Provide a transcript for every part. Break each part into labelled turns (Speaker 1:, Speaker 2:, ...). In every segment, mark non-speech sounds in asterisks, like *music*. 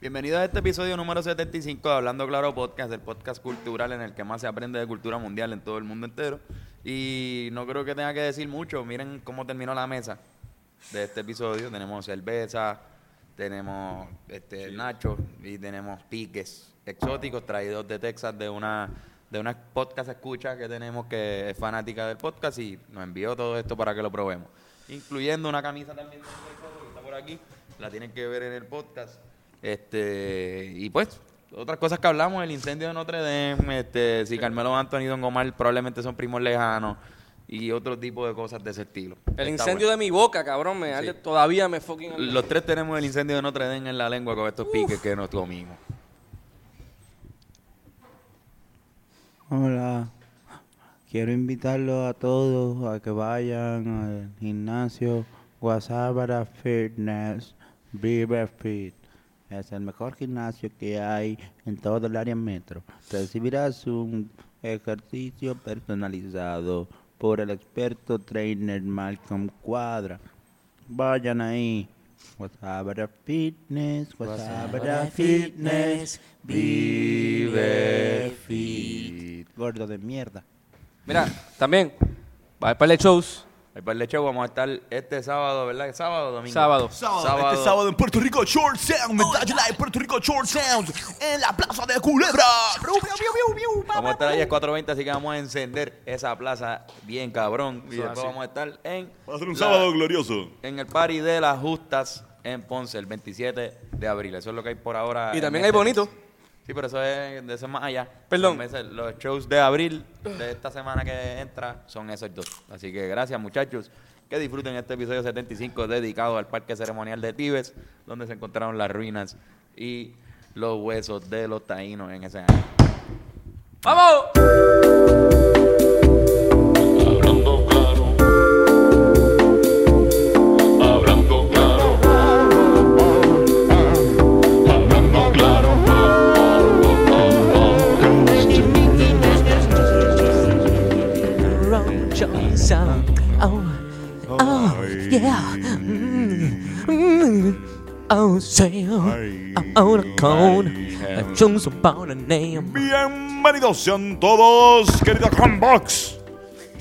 Speaker 1: Bienvenidos a este episodio número 75 de Hablando Claro Podcast, el podcast cultural en el que más se aprende de cultura mundial en todo el mundo entero. Y no creo que tenga que decir mucho. Miren cómo terminó la mesa de este episodio. Tenemos cerveza, tenemos este nachos y tenemos piques exóticos traídos de Texas de una de una podcast escucha que tenemos que es fanática del podcast y nos envió todo esto para que lo probemos. Incluyendo una camisa también de Texas, que está por aquí. La tienen que ver en el podcast. Este, y pues, otras cosas que hablamos, el incendio de Notre Dame, este, si Carmelo Anthony y Don Omar probablemente son primos lejanos y otro tipo de cosas de ese estilo.
Speaker 2: El incendio de mi boca, cabrón, me arde- todavía me fucking... arde.
Speaker 1: Los tres tenemos el incendio de Notre Dame en la lengua con estos piques que nos comimos.
Speaker 3: Hola. Quiero invitarlos a todos a que vayan al gimnasio Guasábara Fitness Vive Fit. Es el mejor gimnasio que hay en todo el área metro. Recibirás un ejercicio personalizado por el experto trainer Malcolm Cuadra. Vayan ahí. Guasábara Fitness, Guasábara Fitness, Vive Fit. Gordo de mierda.
Speaker 2: Mira, también, va a para shows.
Speaker 1: El par de shows vamos a estar este sábado, ¿verdad? ¿Sábado o domingo?
Speaker 2: Sábado.
Speaker 4: Sábado, Este sábado en Puerto Rico, Short Sound, Medalla Live, Puerto Rico, Short Sound, en la Plaza de Culebra.
Speaker 1: Vamos a estar ahí a 4.20, así que vamos a encender esa plaza bien cabrón. Y
Speaker 2: Eso es
Speaker 1: después
Speaker 2: así.
Speaker 1: vamos a estar en...
Speaker 4: Va a ser un
Speaker 1: la-
Speaker 4: sábado glorioso.
Speaker 1: en el party de las justas en Ponce el 27 de abril. Eso es lo que hay por ahora.
Speaker 2: Y
Speaker 1: en
Speaker 2: también
Speaker 1: este
Speaker 2: hay
Speaker 1: mes.
Speaker 2: bonito.
Speaker 1: Sí, pero eso es, de eso es más allá.
Speaker 2: Perdón.
Speaker 1: Los, meses- los shows de abril de esta semana que entra son esos dos. Así que gracias, muchachos. Que disfruten este episodio 75 dedicado al Parque Ceremonial de Tibes, donde se encontraron las ruinas y los huesos de los taínos en ese año.
Speaker 2: ¡Vamos!
Speaker 5: Hablando claro, hablando claro, hablando claro,
Speaker 6: Oh, say, oh, oh, the cone. I chose about a name.
Speaker 4: Bienvenidos sean todos, queridos Handbox.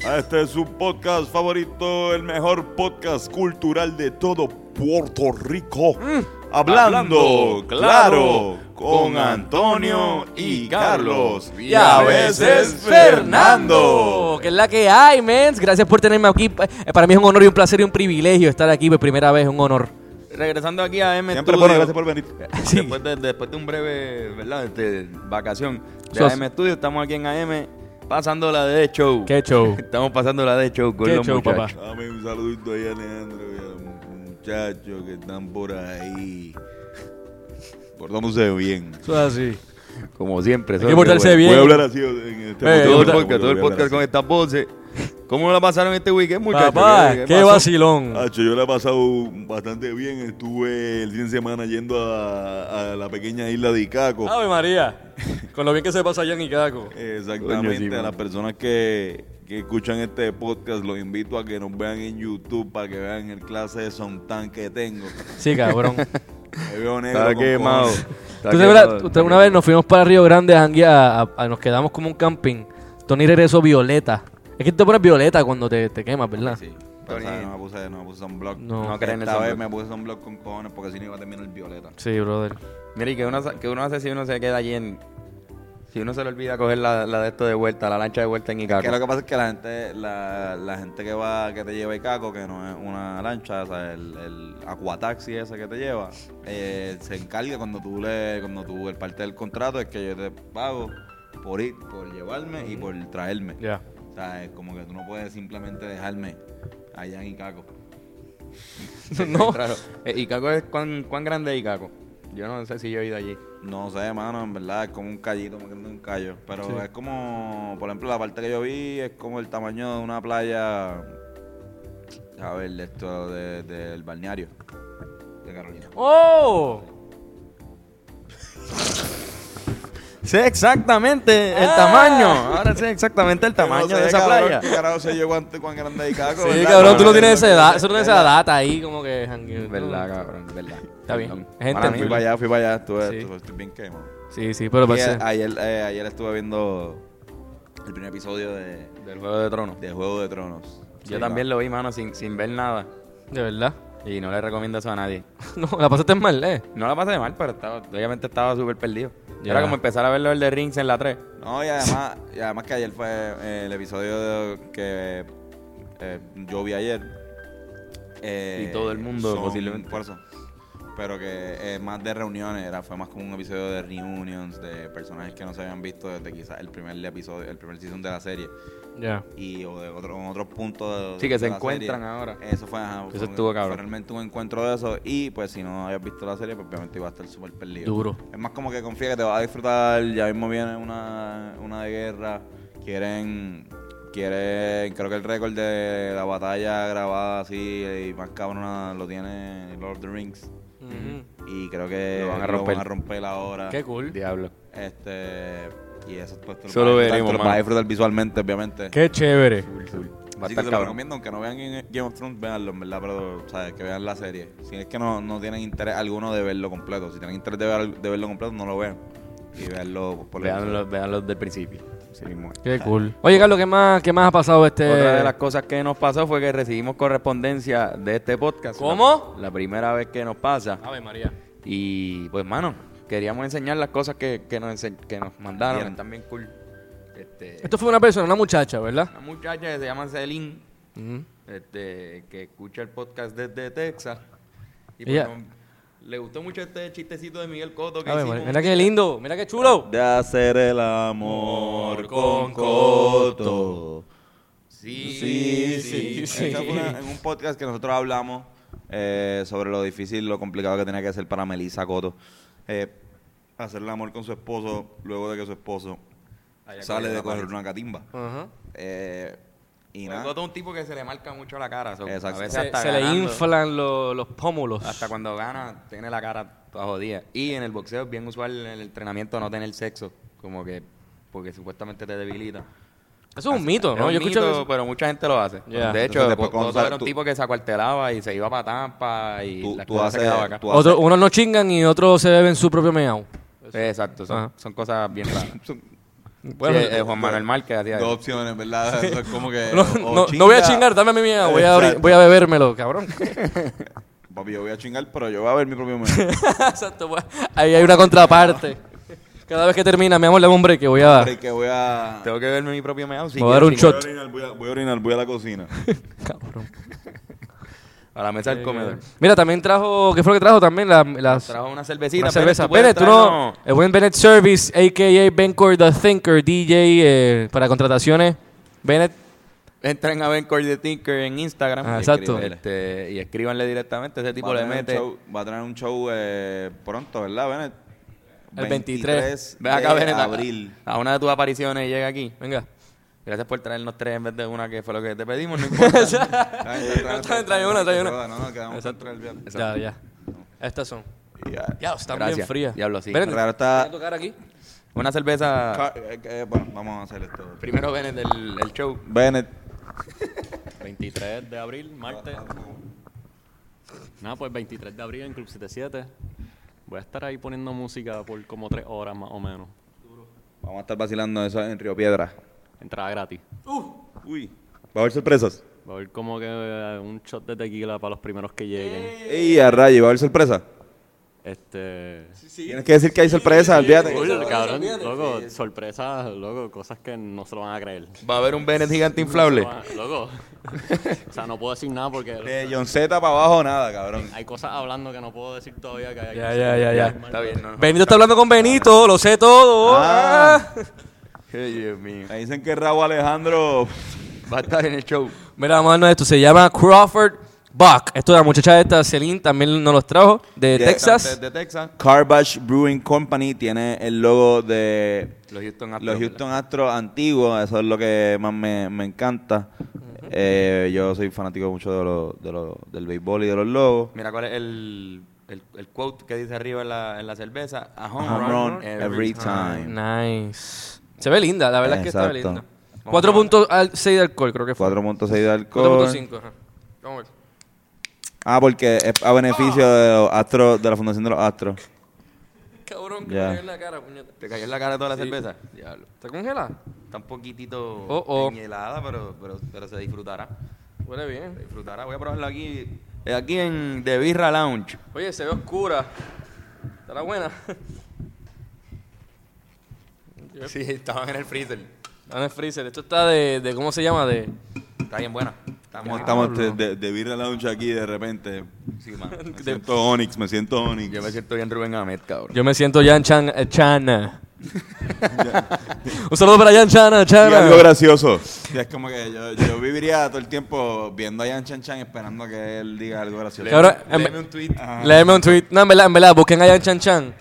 Speaker 4: A este es su podcast favorito, el mejor podcast cultural de todo Puerto Rico. Mm. Hablando,
Speaker 1: Hablando
Speaker 4: claro, con Antonio y Carlos.
Speaker 1: Y a veces
Speaker 2: Fernando. Que es la que hay, mens. Gracias por tenerme aquí. Pa- eh, Para mí es un honor y un placer y un privilegio estar aquí por primera vez. Un honor.
Speaker 1: Regresando aquí a M
Speaker 4: Siempre
Speaker 1: Studio.
Speaker 4: bueno, gracias por venir.
Speaker 1: *laughs*
Speaker 2: Sí.
Speaker 1: Después, de, después de un breve, ¿verdad? Este, vacación de
Speaker 2: Sos-
Speaker 1: AM Studio, estamos aquí en AM pasándola de show.
Speaker 2: Qué show.
Speaker 1: *laughs* Estamos pasándola de show con
Speaker 2: Qué
Speaker 1: los
Speaker 2: show,
Speaker 1: muchachos.
Speaker 4: Dame un saludito ahí a Alejandro y a los muchachos que están por ahí. Portándose bien.
Speaker 2: Eso es así.
Speaker 1: Como siempre.
Speaker 2: que portarse bien.
Speaker 4: Voy a hablar así en este
Speaker 2: Eh,
Speaker 1: Todo el
Speaker 2: Voy a
Speaker 1: podcast, todo el podcast con estas voces. ¿Cómo la pasaron este weekend, muchachos?
Speaker 2: Papá, qué,
Speaker 1: pasó?
Speaker 2: vacilón.
Speaker 4: Hacho, yo la he pasado bastante bien. Estuve el fin de semana yendo a, a la pequeña isla de Icaco.
Speaker 2: Ave María. Con lo bien que se pasa allá en Icaco.
Speaker 1: Coño, sí,
Speaker 4: Exactamente.
Speaker 1: mano.
Speaker 4: a las personas que, que escuchan este podcast, los invito a que nos vean en YouTube para que vean el clase de sontán que tengo.
Speaker 2: Sí, cabrón.
Speaker 4: Me veo negro.
Speaker 1: Está
Speaker 4: con
Speaker 1: quemado.
Speaker 4: cojones.
Speaker 1: Está
Speaker 2: Tú te acuerdas,
Speaker 1: quemado.
Speaker 2: usted- una vez nos fuimos para Río Grande a janguear, a- a- nos quedamos como un camping. Tony regresó violeta. Es que tú te pones violeta cuando te, te quemas, ¿verdad?
Speaker 4: Sí. Pero, ¿sabes? no me puse, no me puse un blog.
Speaker 2: No.
Speaker 1: No creen en
Speaker 4: Esta
Speaker 1: eso.
Speaker 4: vez me puse un blog con cojones porque si no iba a terminar el violeta.
Speaker 2: Sí, brother.
Speaker 1: Mira, y que uno, sa- que uno hace si uno se queda allí en... Si uno se le olvida coger la, la de esto de vuelta, la lancha de vuelta en Icaco.
Speaker 4: Que lo que pasa es que la gente, la, la gente que va, que te lleva Icaco, que no es una lancha, o sea, el, el acuataxi ese que te lleva, eh, se encarga cuando tú le, cuando tú, el parte del contrato es que yo te pago por ir, por llevarme y por traerme.
Speaker 1: *laughs*
Speaker 2: Ya.
Speaker 4: O sea, es como que tú no puedes simplemente dejarme allá en Icaco.
Speaker 2: no.
Speaker 1: Claro. Eh, Icaco es cuán, cuán grande es Icaco. Yo no sé si yo he ido allí.
Speaker 4: No sé, mano, en verdad es como un callito, me quedo un callo. Pero
Speaker 2: Sí.
Speaker 4: es como, por ejemplo, la parte que yo vi es como el tamaño de una playa, a ver, de esto de- del balneario de Carolina.
Speaker 2: ¡Oh!
Speaker 1: Sé exactamente
Speaker 2: Ah.
Speaker 1: el tamaño. Ahora sé exactamente el tamaño
Speaker 4: Yo no sé,
Speaker 1: de esa
Speaker 4: cabrón,
Speaker 1: playa.
Speaker 4: qué carajo sé yo cuánto- cuán grande es Caco.
Speaker 2: Sí,
Speaker 4: ¿verdad?
Speaker 2: cabrón,
Speaker 4: No,
Speaker 2: tú no tienes
Speaker 4: no,
Speaker 2: esa
Speaker 4: no,
Speaker 2: edad,
Speaker 4: no,
Speaker 2: eso no
Speaker 4: no,
Speaker 2: tienes esa data ahí como que jangueo.
Speaker 1: Verdad, cabrón, verdad.
Speaker 2: Está bien.
Speaker 1: Perdón.
Speaker 2: Es
Speaker 4: Mano,
Speaker 2: entendible.
Speaker 4: fui para allá, fui para allá, estuve,
Speaker 1: pues,
Speaker 2: Sí.
Speaker 4: estuve- estoy bien quemado.
Speaker 2: Sí, sí, pero
Speaker 4: Y, eh,
Speaker 2: parece.
Speaker 4: ayer, eh, ayer estuve viendo el primer episodio de,
Speaker 1: Del Juego de Tronos.
Speaker 4: de Juego de Tronos.
Speaker 1: Yo también lo vi, mano, sin, sin ver nada.
Speaker 2: De verdad. *laughs*
Speaker 1: Y no le recomiendo eso a nadie.
Speaker 2: No, la pasaste mal, eh.
Speaker 1: No la pasé mal, pero estaba, obviamente estaba súper perdido.
Speaker 2: Ya.
Speaker 1: Era como empezar a ver lo del de Rings en la 3.
Speaker 4: No, y además, y además que ayer fue eh, el episodio de- que eh, yo vi ayer. Eh,
Speaker 1: Y todo el mundo, posiblemente.
Speaker 4: Por eso. Pero que eh, más de reuniones, era, fue más como un episodio de reunions, de personajes que no se habían visto desde quizás el primer episodio, el primer season de la serie.
Speaker 2: Ya.
Speaker 4: Y o de otro, en otros puntos de,
Speaker 1: Sí, que
Speaker 4: de
Speaker 1: se
Speaker 4: la
Speaker 1: encuentran
Speaker 4: serie.
Speaker 1: ahora.
Speaker 4: Eso fue, ajá, fue un-
Speaker 1: estuvo cabrón.
Speaker 4: Fue realmente un encuentro de eso. Y pues si no habías visto la serie, pues obviamente iba a estar súper perdido.
Speaker 2: Duro.
Speaker 4: Es más como que confía que te vas a disfrutar, ya mismo viene una, una de guerra, quieren, quieren, creo que el récord de la batalla grabada así y más cabrona lo tiene Lord of the Rings y creo que
Speaker 1: Lo van a romper.
Speaker 4: ahora.
Speaker 2: Qué cool.
Speaker 1: Diablo.
Speaker 4: Este y eso pues, te
Speaker 1: Solo
Speaker 4: vas a disfrutar,
Speaker 1: veremos,
Speaker 4: te vas
Speaker 1: mano.
Speaker 4: a disfrutar visualmente, obviamente.
Speaker 2: Qué chévere.
Speaker 1: Va a
Speaker 4: Así que
Speaker 1: estar
Speaker 4: se lo
Speaker 1: cabrón.
Speaker 4: recomiendo, aunque no vean Game- Game of Thrones, veanlo, en verdad, pero, ¿sabes? Que vean la serie. Si es que no, no tienen interés alguno de verlo completo. Si tienen interés de, ver- de verlo completo, no lo vean. Y veanlo pues, por lo menos.
Speaker 1: Veanlo, veanlo desde el principio. Sí, mismo es.
Speaker 2: Qué cool. Oye, Carlos, ¿qué más, qué más ha pasado este?
Speaker 1: Otra de las cosas que nos pasó fue que recibimos correspondencia de este podcast.
Speaker 2: ¿Cómo?
Speaker 1: La, la primera vez que nos pasa.
Speaker 2: Ave María.
Speaker 1: Y pues, mano, queríamos enseñar las cosas que, que nos, ense- que nos mandaron.
Speaker 4: Bien.
Speaker 1: Están bien cool. Este,
Speaker 2: Esto fue una persona, una muchacha, ¿verdad? Mm.
Speaker 1: una muchacha que se llama Celine,
Speaker 2: Ujú.
Speaker 1: este, que escucha el podcast desde Texas. Y
Speaker 2: Ella-
Speaker 1: pues, no- le gustó mucho este chistecito de Miguel Coto que
Speaker 2: Ave
Speaker 1: hicimos.
Speaker 2: María. Mira qué lindo, mira qué chulo.
Speaker 4: De hacer el amor con Coto.
Speaker 1: Sí,
Speaker 4: Eso fue una- en un podcast que nosotros hablamos eh, sobre lo difícil, lo complicado que tenía que ser para Melissa Coto eh, hacer el amor con su esposo luego de que su esposo
Speaker 1: Haya
Speaker 4: sale
Speaker 1: cogido
Speaker 4: de
Speaker 1: la
Speaker 4: coger
Speaker 1: paliza.
Speaker 4: una catimba.
Speaker 2: Ajá.
Speaker 4: Eh, y
Speaker 1: Miguel
Speaker 4: nada.
Speaker 1: Cotto es un tipo que se le marca mucho la cara. so,
Speaker 4: Exacto.
Speaker 1: A veces
Speaker 2: Se,
Speaker 1: Pues hasta
Speaker 2: se le
Speaker 1: ganando.
Speaker 2: inflan lo- los pómulos.
Speaker 1: Hasta cuando gana, tiene la cara toda jodida. Y en el boxeo es bien usual en el entrenamiento no tener sexo, como que porque supuestamente te debilita.
Speaker 2: Eso es un mito, ¿no?
Speaker 1: Es un
Speaker 2: Yo escucho
Speaker 1: mito,
Speaker 2: que eso-
Speaker 1: pero mucha gente lo hace.
Speaker 2: Ya.
Speaker 1: De hecho,
Speaker 4: Entonces, después,
Speaker 1: Po-
Speaker 4: cuando
Speaker 1: Cotto
Speaker 4: sal-
Speaker 1: era un
Speaker 4: tú-
Speaker 1: tipo que se acuartelaba y se iba para Tampa y
Speaker 4: Tú-
Speaker 1: la
Speaker 4: tú
Speaker 1: cosa
Speaker 4: haces-
Speaker 1: se quedaba acá.
Speaker 4: tú haces-
Speaker 2: Otro- unos no chingan y otros se beben su propio meao.
Speaker 1: Exacto, son,
Speaker 2: Ajá.
Speaker 1: son cosas bien raras.
Speaker 4: *laughs* Son
Speaker 2: Bueno,
Speaker 1: Sí, eh, Juan Manuel Márquez hacía
Speaker 4: dos
Speaker 1: eso.
Speaker 4: opciones, ¿verdad? Eso es como que.
Speaker 1: Eh,
Speaker 2: No,
Speaker 4: o- o
Speaker 2: no, no voy a
Speaker 4: chinga-
Speaker 2: chingar, dame a mi meao, voy a, abrir-
Speaker 4: Exacto.
Speaker 2: voy a
Speaker 1: *laughs*
Speaker 2: bebérmelo, cabrón.
Speaker 4: Papi, yo voy a chingar, pero yo voy a ver mi propio menú.
Speaker 2: *laughs* Exacto, voy a- ahí hay una contraparte. Cada vez que termina, mi amor, dame un break que voy a...
Speaker 4: Así que voy a.
Speaker 1: Tengo que verme mi propio meao. sí,
Speaker 2: Voy a dar un
Speaker 1: sí.
Speaker 4: Voy a,
Speaker 2: shot.
Speaker 4: orinar, voy, a, voy a orinar, voy a
Speaker 2: *laughs*
Speaker 4: la cocina.
Speaker 2: Cabrón.
Speaker 1: A la mesa del comedor.
Speaker 2: Mira, también trajo... ¿Qué fue lo que trajo también? La- las...
Speaker 1: Trajo una cervecita.
Speaker 2: Una
Speaker 1: Pérez,
Speaker 2: cerveza.
Speaker 1: puedes
Speaker 2: Bennett, tú no.
Speaker 1: traernos-
Speaker 2: El buen Bennett Service, a.k.a. Bencor The Thinker, DJ, eh, para contrataciones. Bennett,
Speaker 1: Entren a Bencore the Tinker en Instagram.
Speaker 2: Ah,
Speaker 1: y
Speaker 2: exacto.
Speaker 1: escriben- este, y escríbanle directamente. Ese tipo
Speaker 4: Va a
Speaker 1: le
Speaker 4: tener un
Speaker 1: mete.
Speaker 4: show- va a tener un show eh, pronto, ¿verdad, Bennett?
Speaker 2: El 23
Speaker 1: Ve acá,
Speaker 4: de
Speaker 1: Bennett, a-
Speaker 4: abril.
Speaker 1: A una de tus apariciones llega aquí.
Speaker 2: venga.
Speaker 1: Gracias por traernos tres en vez de una que fue lo que te pedimos. No
Speaker 2: *laughs*
Speaker 1: importa.
Speaker 2: trae- trae una, trae una.
Speaker 4: No, no, quedamos contra el viernes.
Speaker 2: Ya, ya. Estas son.
Speaker 4: Y ya.
Speaker 2: Ya, están bien
Speaker 1: Gracias.
Speaker 2: frías.
Speaker 1: Diablo, sí.
Speaker 2: Bennett,
Speaker 4: Raro está-
Speaker 2: ¿te voy a tocar aquí?
Speaker 1: una cerveza.
Speaker 4: Ca- eh, eh, Bueno, vamos a hacer esto.
Speaker 1: Primero ven el, el show.
Speaker 4: Bennett.
Speaker 7: 23 de abril, martes.
Speaker 1: Ah,
Speaker 7: Nada, pues 23 de abril en Club 77. Voy a estar ahí poniendo música por como tres horas más o menos.
Speaker 4: Vamos a estar vacilando eso en Río Piedra.
Speaker 7: Entrada gratis.
Speaker 4: Uy. Va a haber sorpresas.
Speaker 7: Va a haber como que eh, un shot de tequila para los primeros que lleguen.
Speaker 4: Y a rayo, va a haber sorpresa.
Speaker 7: Este.
Speaker 4: Tienes que decir que hay sorpresa, olvídate.
Speaker 7: Uy, cabrón, loco, sorpresas, loco, cosas que no se lo van a creer.
Speaker 1: Va a haber un Bennett gigante
Speaker 7: Lo
Speaker 1: inflable.
Speaker 7: van a- Loco. o sea, no puedo decir nada porque
Speaker 4: De John Z para abajo, nada, cabrón.
Speaker 7: hay cosas hablando que no puedo decir todavía. Que hay
Speaker 2: Ya,
Speaker 7: cosas
Speaker 2: ya, ya,
Speaker 7: que
Speaker 2: ya.
Speaker 7: hay mal,
Speaker 1: Está bien, no, no.
Speaker 2: Benito está hablando con Benito, lo sé todo.
Speaker 4: Ah.
Speaker 2: Ah.
Speaker 1: Ay, Dios mío.
Speaker 4: Me dicen que Raúl Alejandro.
Speaker 1: Va a estar en el show.
Speaker 2: Mira, vamos a darnos esto. Se llama Crawford Buck. Esto la muchacha esta, Celine, también nos los trajo de
Speaker 4: Ya,
Speaker 2: Texas.
Speaker 1: De, de Texas.
Speaker 4: Carbash Brewing Company tiene el logo de
Speaker 1: Los Houston Astros,
Speaker 4: los Houston Astros antiguos. Eso es lo que más me, me encanta. Eh, yo soy fanático mucho de lo- de lo- del béisbol y de los logos.
Speaker 1: Mira cuál es el, el, el quote que dice arriba en la, en la cerveza, a home,
Speaker 4: Home
Speaker 1: run,
Speaker 4: run
Speaker 1: every,
Speaker 4: every
Speaker 1: time.
Speaker 4: time.
Speaker 2: Nice. Se ve linda, la verdad es que está
Speaker 4: Exacto.
Speaker 2: linda. 4.6 de alcohol, creo que fue.
Speaker 4: 4.6 de alcohol.
Speaker 2: 4.5. ajá. Vamos a ver.
Speaker 4: Ah, porque es a
Speaker 1: Ah.
Speaker 4: beneficio de los astros, de la Fundación de los Astros.
Speaker 2: Cabrón, que
Speaker 4: Ya.
Speaker 2: me cayó en la cara, puñeta.
Speaker 1: ¿Te cayó en la cara toda la
Speaker 2: Sí.
Speaker 1: cerveza? Diablo.
Speaker 2: ¿Está congelada?
Speaker 1: Está un poquitito
Speaker 2: Oh, oh.
Speaker 1: señalada, pero, pero, pero se disfrutará.
Speaker 2: Huele
Speaker 1: Se
Speaker 2: bien.
Speaker 1: disfrutará. Voy a probarla aquí. eh, Aquí en The Birra Lounge.
Speaker 2: Oye, se ve oscura. ¿Estará buena?
Speaker 1: *laughs* Sí, estaban en el freezer.
Speaker 2: Está en el freezer. Esto está de, de ¿cómo se llama? De,
Speaker 1: Está bien buena. Está
Speaker 4: Como
Speaker 1: muy-
Speaker 4: estamos de, de, de Birra Lounge aquí de repente.
Speaker 1: Sí, mano.
Speaker 4: Me siento Onyx, me siento Onyx.
Speaker 1: Yo me siento bien Rubén Ahmed, cabrón.
Speaker 2: Yo me siento Jan Chan, eh,
Speaker 1: *laughs*
Speaker 2: Chana. Un saludo para Jan Chana,
Speaker 4: Y algo
Speaker 2: Chana.
Speaker 4: gracioso. Sí, es como que yo, yo viviría todo el tiempo viendo a Yan Chan Chan esperando a que él diga algo gracioso.
Speaker 2: Cabrón, en
Speaker 1: Léeme
Speaker 2: ve-
Speaker 1: un tweet.
Speaker 4: Ah.
Speaker 2: léeme un tweet. No, en verdad, en verdad, busquen a Jan Chan Chan.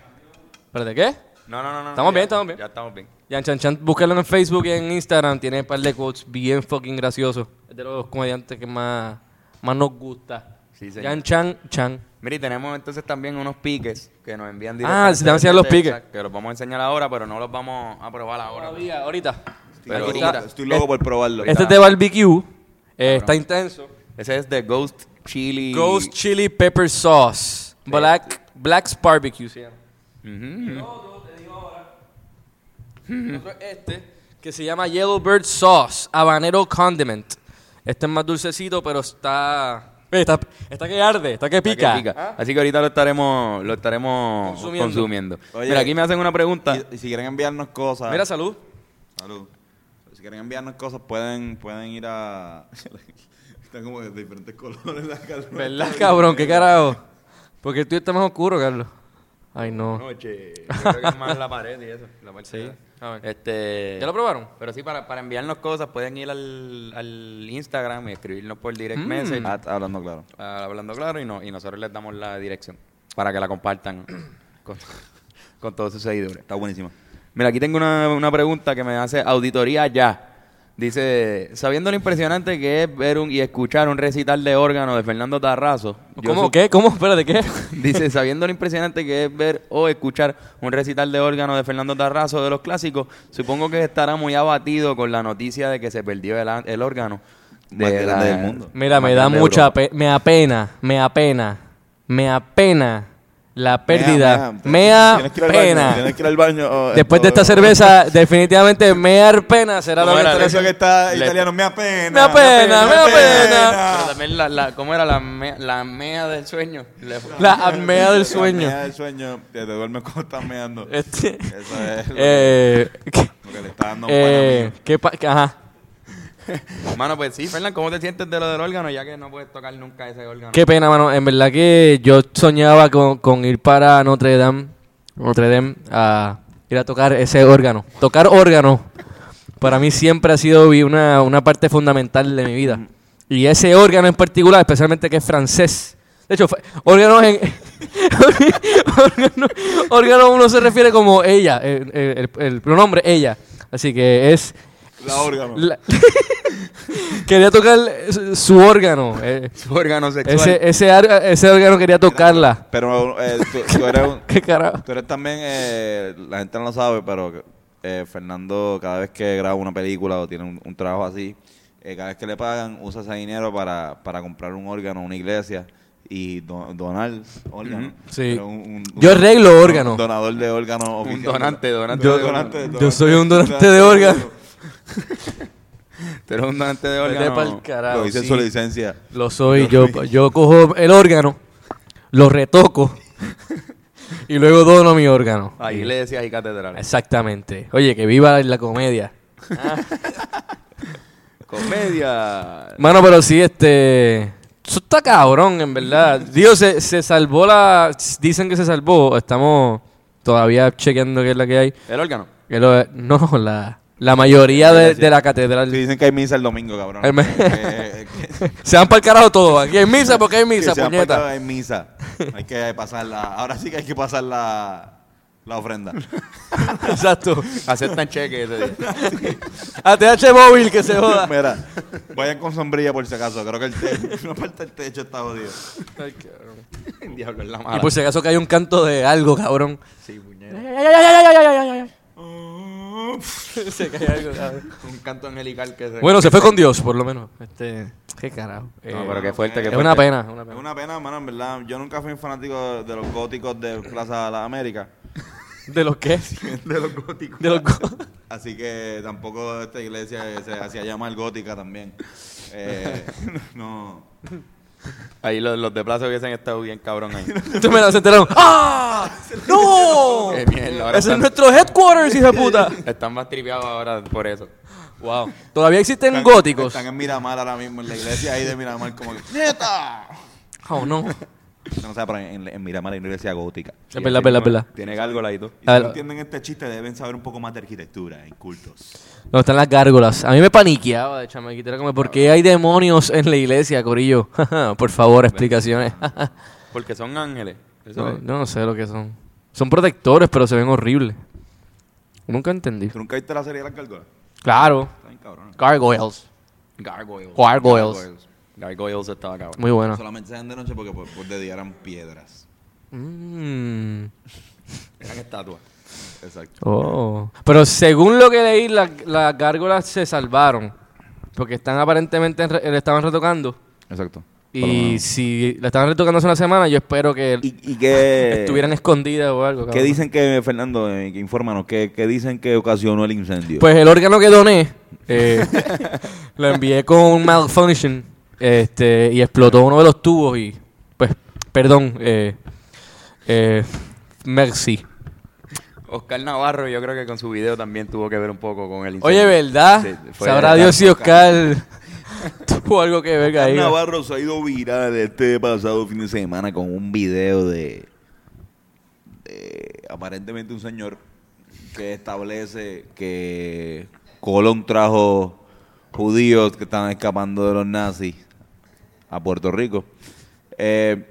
Speaker 2: ¿Espérate qué?
Speaker 1: No, no, no, no.
Speaker 2: Estamos
Speaker 1: ya,
Speaker 2: bien, estamos bien.
Speaker 1: Ya estamos bien.
Speaker 2: Jan Chan Chan, búsquenlo en Facebook y en Instagram. Tiene un par de quotes bien fucking graciosos. Es de los comediantes que más, más nos gusta.
Speaker 1: Sí, señor.
Speaker 2: Jan Chan Chan.
Speaker 1: Mire, y tenemos entonces también unos piques que nos envían
Speaker 2: Ah, sí, te van a enseñar
Speaker 1: desde
Speaker 2: los piques.
Speaker 1: Texas, Que los vamos a enseñar ahora, pero no los vamos a probar ahora.
Speaker 2: Todavía, ahorita.
Speaker 4: Pero
Speaker 2: Aquí
Speaker 4: ahorita
Speaker 2: está.
Speaker 4: estoy loco por probarlo.
Speaker 2: Este es de barbecue. Eh, está intenso.
Speaker 1: Ese es de Ghost Chili.
Speaker 2: Ghost Chili Pepper Sauce. Black, Black's Barbecue se llama. El otro, te digo ahora. El otro es este, que se llama Yellowbird Sauce, habanero condiment. Este es más dulcecito, pero está... Ve, Eh, Está, está que arde, está que pica.
Speaker 1: Pica. Así que ahorita lo estaremos, lo estaremos
Speaker 2: Consumiendo.
Speaker 1: consumiendo.
Speaker 4: Oye.
Speaker 1: Mira, aquí me hacen una pregunta.
Speaker 4: Y, y si quieren enviarnos cosas.
Speaker 2: Mira, salud.
Speaker 4: Salud. Si quieren enviarnos cosas, pueden, pueden ir a. *laughs* Están como de diferentes colores la carta.
Speaker 2: ¿Verdad, *laughs* cabrón? ¿Qué carajo? Porque el tuyo está más oscuro, Carlos. Ay, no.
Speaker 1: Noche. Yo creo que es más la pared y eso. La parte de-
Speaker 2: A ver.
Speaker 1: Este,
Speaker 2: ¿Ya lo probaron?
Speaker 1: Pero sí, para, para enviarnos cosas pueden ir al, al Instagram y escribirnos por direct
Speaker 2: Mm.
Speaker 1: message,
Speaker 4: Ah, está hablando claro.
Speaker 1: a- hablando claro, y, no, y nosotros les damos la dirección para que la
Speaker 4: *clears throat*
Speaker 1: compartan con, con todos sus seguidores.
Speaker 4: Está buenísima.
Speaker 1: Mira, aquí tengo una, una pregunta que me hace auditoría ya. Dice, sabiendo lo impresionante que es ver un, y escuchar un recital de órgano de Fernando Tarrazo. yo
Speaker 2: ¿Cómo?
Speaker 1: sup-
Speaker 2: ¿Qué? ¿Cómo? Espérate, ¿qué?
Speaker 1: Dice, sabiendo lo impresionante que es ver o escuchar un recital de órgano de Fernando Tarrazo de los clásicos, supongo que estará muy abatido con la noticia de que se perdió el, a- el órgano.
Speaker 4: Más grande del mundo.
Speaker 2: Mira, me da
Speaker 1: grande de
Speaker 2: mucha
Speaker 1: Europa.
Speaker 2: pe- me apena, me apena, me apena la pérdida, me apena.
Speaker 4: pues, Tienes que ir al baño. oh,
Speaker 2: Después de
Speaker 4: esto-
Speaker 2: esta cerveza, definitivamente me apena será
Speaker 1: ¿Cómo
Speaker 2: lo que
Speaker 1: era?
Speaker 2: estaré
Speaker 4: Eso que
Speaker 2: haciendo.
Speaker 4: está
Speaker 1: Le-
Speaker 4: italiano, me apena.
Speaker 2: Me apena, me apena.
Speaker 1: Pero también la, la- ¿cómo era? La, me- la mea del sueño. Le-
Speaker 2: La apnea del sueño.
Speaker 4: La apnea del sueño. Que te duermes cuando estás meando.
Speaker 2: Este,
Speaker 4: Eso es lo,
Speaker 2: eh, que-
Speaker 4: lo que le está dando un
Speaker 2: eh, ¿qué pa- que- ajá.
Speaker 1: Mano, pues sí, Fernán, ¿cómo te sientes de lo del órgano? Ya que no puedes tocar nunca ese órgano.
Speaker 2: Qué pena, mano. En verdad que yo soñaba con, con ir para Notre Dame, Notre Dame, a ir a tocar ese órgano. Tocar órgano para mí siempre ha sido vi- una, una parte fundamental de mi vida. Y ese órgano en particular, especialmente que es francés. De hecho, fue- órganos en... *laughs* órgano, órgano uno se refiere como ella, eh, eh, el, el pronombre ella. Así que es...
Speaker 4: pan. La órgano.
Speaker 2: la- *laughs* Quería tocar su, su órgano. eh.
Speaker 1: Su *laughs* órgano sexual.
Speaker 2: Ese, ese, ar- ese órgano quería tocarla. *laughs*
Speaker 4: Pero eh, tú, tú eres un-
Speaker 2: ¿Qué carajo?
Speaker 4: tú eres también. eh, la gente no lo sabe, pero eh, Fernando, cada vez que graba una película o tiene un, un trabajo así, eh, cada vez que le pagan, usa ese dinero para, para comprar un órgano, una iglesia y do- donar órganos.
Speaker 2: Sí.
Speaker 4: Pero un- un-
Speaker 2: Yo arreglo
Speaker 4: un
Speaker 2: órganos.
Speaker 4: donador de órganos.
Speaker 1: Un
Speaker 4: oficial.
Speaker 1: donante, donante.
Speaker 4: Yo,
Speaker 1: de órgano.
Speaker 2: yo soy un donante de órganos.
Speaker 1: Tú eres un donante de
Speaker 2: Vete
Speaker 1: órgano.
Speaker 2: pa'l carajo,
Speaker 4: Lo dice
Speaker 2: sí.
Speaker 4: su licencia.
Speaker 2: Lo soy. Yo, yo cojo el órgano, lo
Speaker 4: *laughs*
Speaker 2: retoco y luego dono mi órgano.
Speaker 1: A iglesias y catedrales.
Speaker 2: Exactamente. Oye, que viva la comedia.
Speaker 1: Comedia.
Speaker 2: Mano, pero sí, este. Eso está cabrón, en verdad. Dios, se, se salvó la. Dicen que se salvó. Estamos todavía chequeando qué es la que hay.
Speaker 1: El órgano.
Speaker 2: Que lo- no, la, la mayoría de, de la catedral.
Speaker 4: Sí, dicen que hay misa el domingo, cabrón.
Speaker 2: Ay, me-
Speaker 4: Eh, que-
Speaker 2: Se van para el carajo todos. Aquí hay misa porque hay
Speaker 4: *laughs* que
Speaker 2: misa,
Speaker 4: se han
Speaker 2: puñeta.
Speaker 4: portado en misa. Hay que pasarla. Ahora sí que hay que pasar la,
Speaker 2: *laughs*
Speaker 4: la ofrenda.
Speaker 2: *laughs* Exacto.
Speaker 1: Aceptan cheques ese día.
Speaker 2: ATH móvil que se joda.
Speaker 4: Mira, *laughs* vayan con sombrilla por si acaso. Creo que el te- una parte del techo está jodido.
Speaker 1: *laughs* Diablo, es la
Speaker 2: Y pues,
Speaker 1: mala.
Speaker 2: por si acaso cae un canto de algo, cabrón.
Speaker 1: Sí, puñeta.
Speaker 2: Se cae algo, cabrón.
Speaker 1: *laughs* Un canto angelical que se...
Speaker 2: Bueno, se fue con Dios, por lo menos. Este, qué carajo. Eh,
Speaker 1: no, pero qué fuerte, qué
Speaker 2: es
Speaker 1: fuerte.
Speaker 2: una pena, es una
Speaker 4: Es
Speaker 2: pena.
Speaker 4: una pena, mano, en verdad. Yo nunca fui un fanático de los góticos de Plaza de las Américas.
Speaker 2: ¿De los qué?
Speaker 4: *laughs*
Speaker 2: *laughs*
Speaker 4: de los góticos.
Speaker 2: De los go-
Speaker 4: *laughs* Así que tampoco esta iglesia se hacía llamar gótica también. Eh, *laughs* no.
Speaker 1: Ahí los, los de plaza hubiesen estado bien cabrón
Speaker 2: *laughs*
Speaker 1: ahí.
Speaker 2: Tú me las enteraron. ¡Ah! ¡No!
Speaker 1: Qué mierda, ahora
Speaker 2: Ese es
Speaker 1: están-
Speaker 2: nuestro headquarters, hija de *laughs* puta.
Speaker 1: Están más tripeados ahora por eso.
Speaker 2: Wow. Todavía existen
Speaker 4: Están-
Speaker 2: góticos.
Speaker 4: Están en Miramar ahora mismo, en la iglesia ahí de Miramar, como que *laughs* ¡Nieta!
Speaker 2: Oh, no.
Speaker 4: No sé, pero en, en Miramar hay una iglesia gótica.
Speaker 2: Es verdad, es verdad, es verdad.
Speaker 1: Tiene gárgola y todo.
Speaker 4: Y
Speaker 2: A
Speaker 4: si
Speaker 2: ver.
Speaker 4: no entienden este chiste, deben saber un poco más de arquitectura eh, en cultos.
Speaker 2: No, están las gárgolas. A mí me paniqueaba de chamaquito. Era como, ¿por qué hay demonios en la iglesia, Corillo? *laughs* Por favor, explicaciones.
Speaker 1: Porque son ángeles. Eso
Speaker 2: no,
Speaker 1: es.
Speaker 2: yo no sé lo que son. Son protectores, pero se ven horribles. Nunca entendí.
Speaker 4: ¿Tú nunca viste la serie de las gárgolas?
Speaker 2: Claro.
Speaker 4: Está bien cabrón. ¿eh?
Speaker 2: Gargoyles.
Speaker 1: Gargoyles.
Speaker 2: Gargoyles.
Speaker 1: Gargoyles estaba cabrón.
Speaker 2: Muy bueno.
Speaker 4: Solamente se dan de noche porque por, por de día eran piedras.
Speaker 2: Mm.
Speaker 1: Eran estatuas.
Speaker 4: Exacto.
Speaker 2: Oh. Pero según lo que leí, la- las gárgolas se salvaron. Porque están aparentemente, en re- le estaban retocando.
Speaker 4: Exacto.
Speaker 2: Y si la estaban retocando hace una semana, yo espero que
Speaker 4: ¿Y, y qué,
Speaker 2: estuvieran escondidas o algo.
Speaker 4: qué
Speaker 2: cabrón.
Speaker 4: dicen que, Fernando, eh, que infórmanos, qué, qué dicen que ocasionó el incendio?
Speaker 2: Pues el órgano que doné,
Speaker 1: *laughs*
Speaker 2: eh, lo envié con un malfunction este, y explotó uno de los tubos y, pues, perdón, eh, eh, merci.
Speaker 1: Oscar Navarro, yo creo que con su video también tuvo que ver un poco con el incendio.
Speaker 2: Oye, ¿verdad?
Speaker 1: Sí, fue
Speaker 2: Sabrá
Speaker 1: verdad.
Speaker 2: Dios si Oscar tuvo algo que ver ahí.
Speaker 4: Navarro se ha ido viral este pasado fin de semana con un video de, de aparentemente un señor que establece que Colón trajo judíos que estaban escapando de los nazis a Puerto Rico. Eh,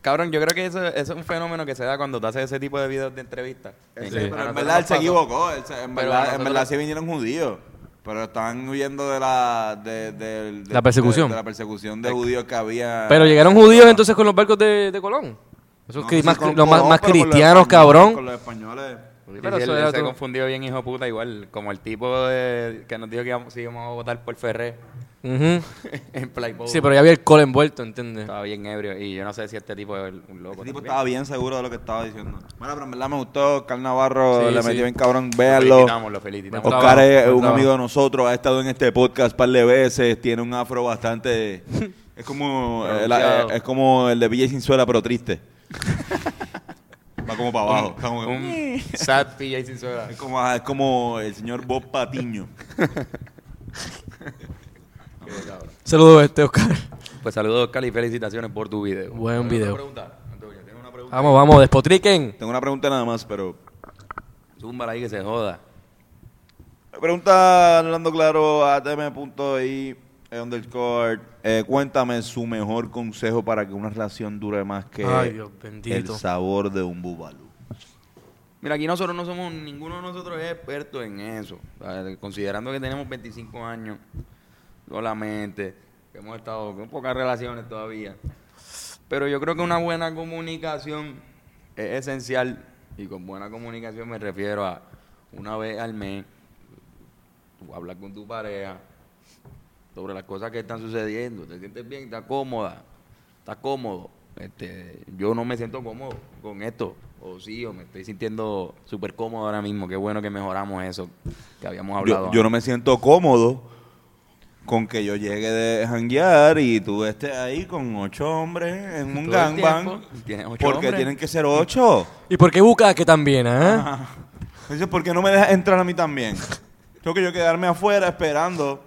Speaker 1: Cabrón, yo creo que eso, eso es un fenómeno que se da cuando te haces ese tipo de videos de entrevistas. Sí.
Speaker 4: ese-
Speaker 1: A
Speaker 4: Pero en
Speaker 1: nosotros
Speaker 4: verdad él
Speaker 1: nos
Speaker 4: se
Speaker 1: pasó.
Speaker 4: equivocó. él se- en,
Speaker 1: Pero a
Speaker 4: verdad, en
Speaker 1: nosotros-
Speaker 4: verdad sí vinieron judíos. Pero estaban huyendo de la, de, del-
Speaker 2: La persecución.
Speaker 4: de la persecución de judíos que había.
Speaker 2: Pero llegaron judíos entonces con los barcos de, de Colón. Esos
Speaker 4: No,
Speaker 2: que
Speaker 4: no sé
Speaker 2: más, los
Speaker 4: con
Speaker 2: más,
Speaker 4: Colón,
Speaker 2: más
Speaker 4: pero con los
Speaker 2: cristianos,
Speaker 4: españoles, Con
Speaker 2: cabrón.
Speaker 4: los españoles.
Speaker 1: Porque
Speaker 2: Pero
Speaker 1: si
Speaker 2: eso
Speaker 1: él,
Speaker 2: era
Speaker 1: él se
Speaker 2: todo.
Speaker 1: confundió bien, hijo de puta, igual. Como el tipo de- que nos dijo que íbamos, sí, íbamos a votar por Ferré *laughs*
Speaker 2: Ujú.
Speaker 1: en Playboy.
Speaker 2: Sí, pero ya había el col envuelto, ¿entiendes?
Speaker 1: Estaba bien ebrio. Y yo no sé si este tipo es un loco.
Speaker 4: Ese tipo
Speaker 1: también.
Speaker 4: estaba bien seguro de lo que estaba diciendo. Bueno, pero en verdad me gustó. Carl Navarro
Speaker 2: Sí,
Speaker 4: le
Speaker 2: sí.
Speaker 4: metió bien cabrón.
Speaker 1: Lo
Speaker 4: Véanlo.
Speaker 1: felicitamos, lo felicitamos.
Speaker 2: Buen
Speaker 4: Oscar
Speaker 2: trabajo,
Speaker 4: es
Speaker 2: buen
Speaker 4: un
Speaker 2: trabajo.
Speaker 4: amigo de nosotros. Ha estado en este podcast par de veces. Tiene un
Speaker 2: *laughs*
Speaker 4: afro bastante. Es como, eh, la- eh, es como el de Villa Sinzuela, pero
Speaker 2: *laughs*
Speaker 4: triste. Va como para abajo. Está como-
Speaker 1: Un *laughs* sad PJ sin suela.
Speaker 4: es, como, ah, es como el señor Bob Patiño.
Speaker 2: Saludos a este Oscar.
Speaker 1: Pues saludos, Oscar, y felicitaciones por tu video.
Speaker 2: Buen
Speaker 1: ¿Tienes
Speaker 2: video.
Speaker 1: Una pregunta? Antonio, ¿tienes una pregunta?
Speaker 2: Vamos, vamos, despotriquen.
Speaker 4: Tengo una pregunta nada más, pero.
Speaker 1: Zúmbala ahí que se joda.
Speaker 4: Pregunta Orlando Claro, atm.i eh, underscore. eh, cuéntame su mejor consejo para que una relación dure más que
Speaker 2: Ay, Dios
Speaker 4: el
Speaker 2: bendito.
Speaker 4: sabor de un bubalú.
Speaker 1: Mira, aquí nosotros no somos, ninguno de nosotros es experto en eso. O sea, Considerando que tenemos 25 años solamente, que hemos estado con pocas relaciones todavía. Pero yo creo que una buena comunicación es esencial. Y con buena comunicación me refiero a una vez al mes, tú hablar con tu pareja sobre las cosas que están sucediendo. ¿Te sientes bien? ¿Estás cómoda? ¿Estás cómodo? Este, yo no me siento cómodo con esto. O sí, o me estoy sintiendo súper cómodo ahora mismo. Qué bueno que mejoramos eso que habíamos hablado.
Speaker 4: Yo, yo no me siento cómodo con que yo llegue de janguear y tú estés ahí con ocho hombres
Speaker 1: *laughs*
Speaker 4: en un
Speaker 1: Todo el
Speaker 4: gangbang.
Speaker 1: tiempo tienes ocho
Speaker 4: Porque
Speaker 1: hombres.
Speaker 4: tienen que ser ocho.
Speaker 2: ¿Y por qué Bucaque también, ah?
Speaker 4: Ajá. Entonces, ¿por qué no me dejas entrar a mí también? *laughs* Tengo que yo quedarme afuera esperando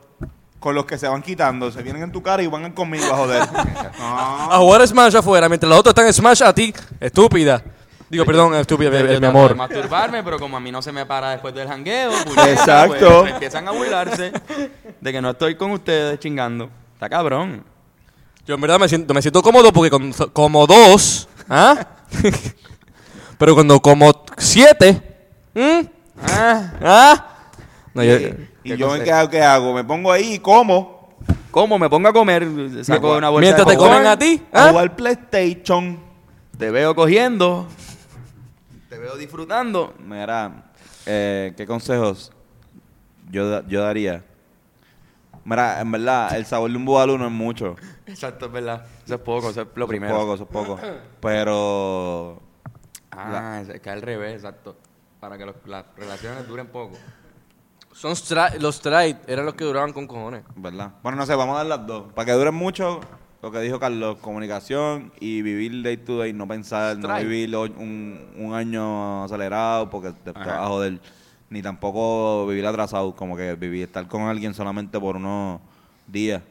Speaker 4: con los que se van quitando. Se vienen en tu cara y van conmigo a joder.
Speaker 1: *laughs*
Speaker 4: No.
Speaker 2: Ahora Smash afuera, mientras los otros están en Smash a ti, estúpida. Digo, perdón, estúpida, eh,
Speaker 1: Yo
Speaker 2: mi
Speaker 1: trato de
Speaker 2: amor.
Speaker 1: masturbarme, pero como a mí no se me para después del *laughs* jangueo, puñeta,
Speaker 4: Exacto.
Speaker 1: pues, empiezan a burlarse de que no estoy con ustedes chingando. Está cabrón.
Speaker 2: Yo en verdad me siento, me siento cómodo porque con- como dos, ¿ah? *laughs* Pero cuando como siete, ¿m? ¿ah? No, yo-
Speaker 4: Y yo ¿qué hago, qué hago? Me pongo ahí y como.
Speaker 1: ¿Cómo? Me pongo a comer, saco una bolsa
Speaker 2: Mientras
Speaker 1: de
Speaker 2: te
Speaker 1: popcorn,
Speaker 2: comen a ti.
Speaker 4: A
Speaker 2: ¿ah?
Speaker 4: jugar PlayStation.
Speaker 1: Te veo cogiendo. Te veo disfrutando.
Speaker 4: Mira, eh, ¿qué consejos yo, da- yo daría? Mira, en verdad, el sabor de un bubalú no es mucho.
Speaker 1: Exacto, es verdad. Eso es poco, eso es lo
Speaker 4: Eso es
Speaker 1: primero.
Speaker 4: poco, eso es poco. Pero
Speaker 1: Ah, es que al revés, exacto. Para que los- las relaciones duren poco.
Speaker 2: Son stra- los straight eran los que duraban con cojones.
Speaker 4: ¿Verdad? Bueno, no sé, vamos a dar las dos. Para que duren mucho, lo que dijo Carlos, comunicación y vivir day to day, no pensar, no
Speaker 1: Strike.
Speaker 4: vivir hoy- un, un año acelerado porque te,
Speaker 1: Ajá.
Speaker 4: te vas a joder. Ni tampoco vivir atrasado, como que vivir, estar con alguien solamente por unos días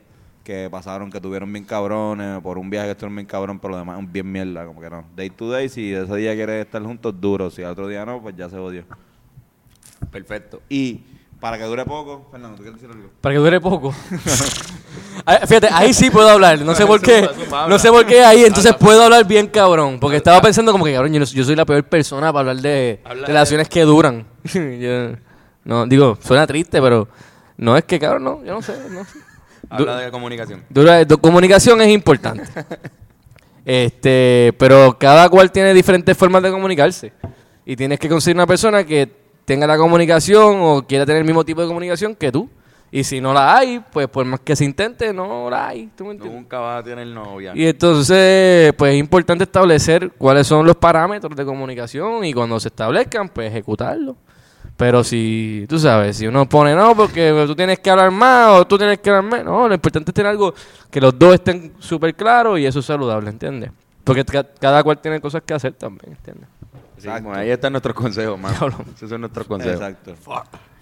Speaker 4: que pasaron, que tuvieron bien cabrones, por un viaje que estuvieron bien cabrón, pero lo demás es bien mierda, como que no. Day to day, si ese día quieres estar juntos, duro. Si al otro día no, pues ya se jodió.
Speaker 1: Perfecto.
Speaker 4: Y para que dure poco, Fernando, ¿tú quieres decir algo?
Speaker 2: Para que dure poco. *laughs* Ah, Fíjate, ahí sí puedo hablar. No sé por qué.
Speaker 7: eso habla.
Speaker 2: No sé por qué ahí. Entonces puedo hablar bien cabrón. Porque estaba pensando como que cabrón, yo, no- yo soy la peor persona para hablar de
Speaker 1: Habla
Speaker 2: relaciones que duran. *laughs* Yo- no, digo, suena triste, pero no es que cabrón, no. Yo no sé. No sé.
Speaker 1: Habla de comunicación.
Speaker 2: Dura- do- comunicación
Speaker 1: *laughs*
Speaker 2: es importante. Este, pero cada cual tiene diferentes formas de comunicarse. Y tienes que conseguir una persona que tenga la comunicación o quiera tener el mismo tipo de comunicación que tú. Y si no la hay, pues por más que se intente, no la hay. ¿Tú me entiendes?
Speaker 1: Nunca vas a tener novia.
Speaker 2: Y entonces, pues es importante establecer cuáles son los parámetros de comunicación y cuando se establezcan, pues ejecutarlo. Pero si, tú sabes, si uno pone no, porque tú tienes que hablar más o tú tienes que hablar menos, no, lo importante es tener algo que los dos estén súper claros y eso es saludable, ¿entiendes? Porque ca- cada cual tiene cosas que hacer también, ¿entiendes?
Speaker 1: Sí, bueno, ahí están nuestros consejos, mano. Esos son nuestros consejos.
Speaker 4: Exacto.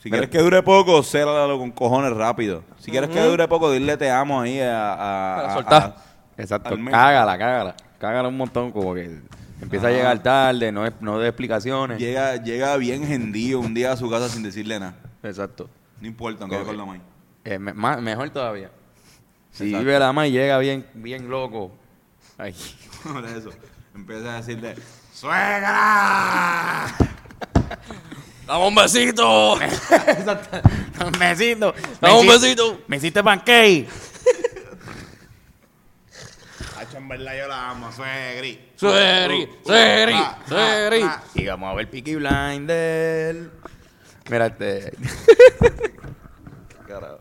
Speaker 4: Si quieres que dure poco, célalo con cojones rápido. Si quieres que dure poco, dile te amo ahí a... a,
Speaker 2: Para
Speaker 4: a-
Speaker 2: soltar.
Speaker 4: a-
Speaker 1: Exacto.
Speaker 4: al menos.
Speaker 1: Cágala, cágala. Cágala un montón, como que empieza a llegar tarde, no, es- no de explicaciones.
Speaker 4: llega, llega bien gendío un día a su casa sin decirle nada.
Speaker 1: Exacto.
Speaker 4: No importa, aunque
Speaker 1: Ok.
Speaker 4: con la main.
Speaker 1: Eh, me- ma- mejor todavía. Si
Speaker 4: Exacto.
Speaker 1: vive la más y llega bien, bien loco. Ay.
Speaker 4: *laughs* Por eso. Empieza a decirle, ¡Suegra!
Speaker 2: ¡Dame un besito!
Speaker 1: Me siento.
Speaker 2: ¡Dame un besito!
Speaker 1: Me hiciste pancake.
Speaker 4: Hacho, en verdad yo la amo, suegri.
Speaker 2: ¡Suegri! ¡Suegri! ¡Suegri!
Speaker 1: Y vamos a ver Peaky Blinder. Mira, este. Carajo.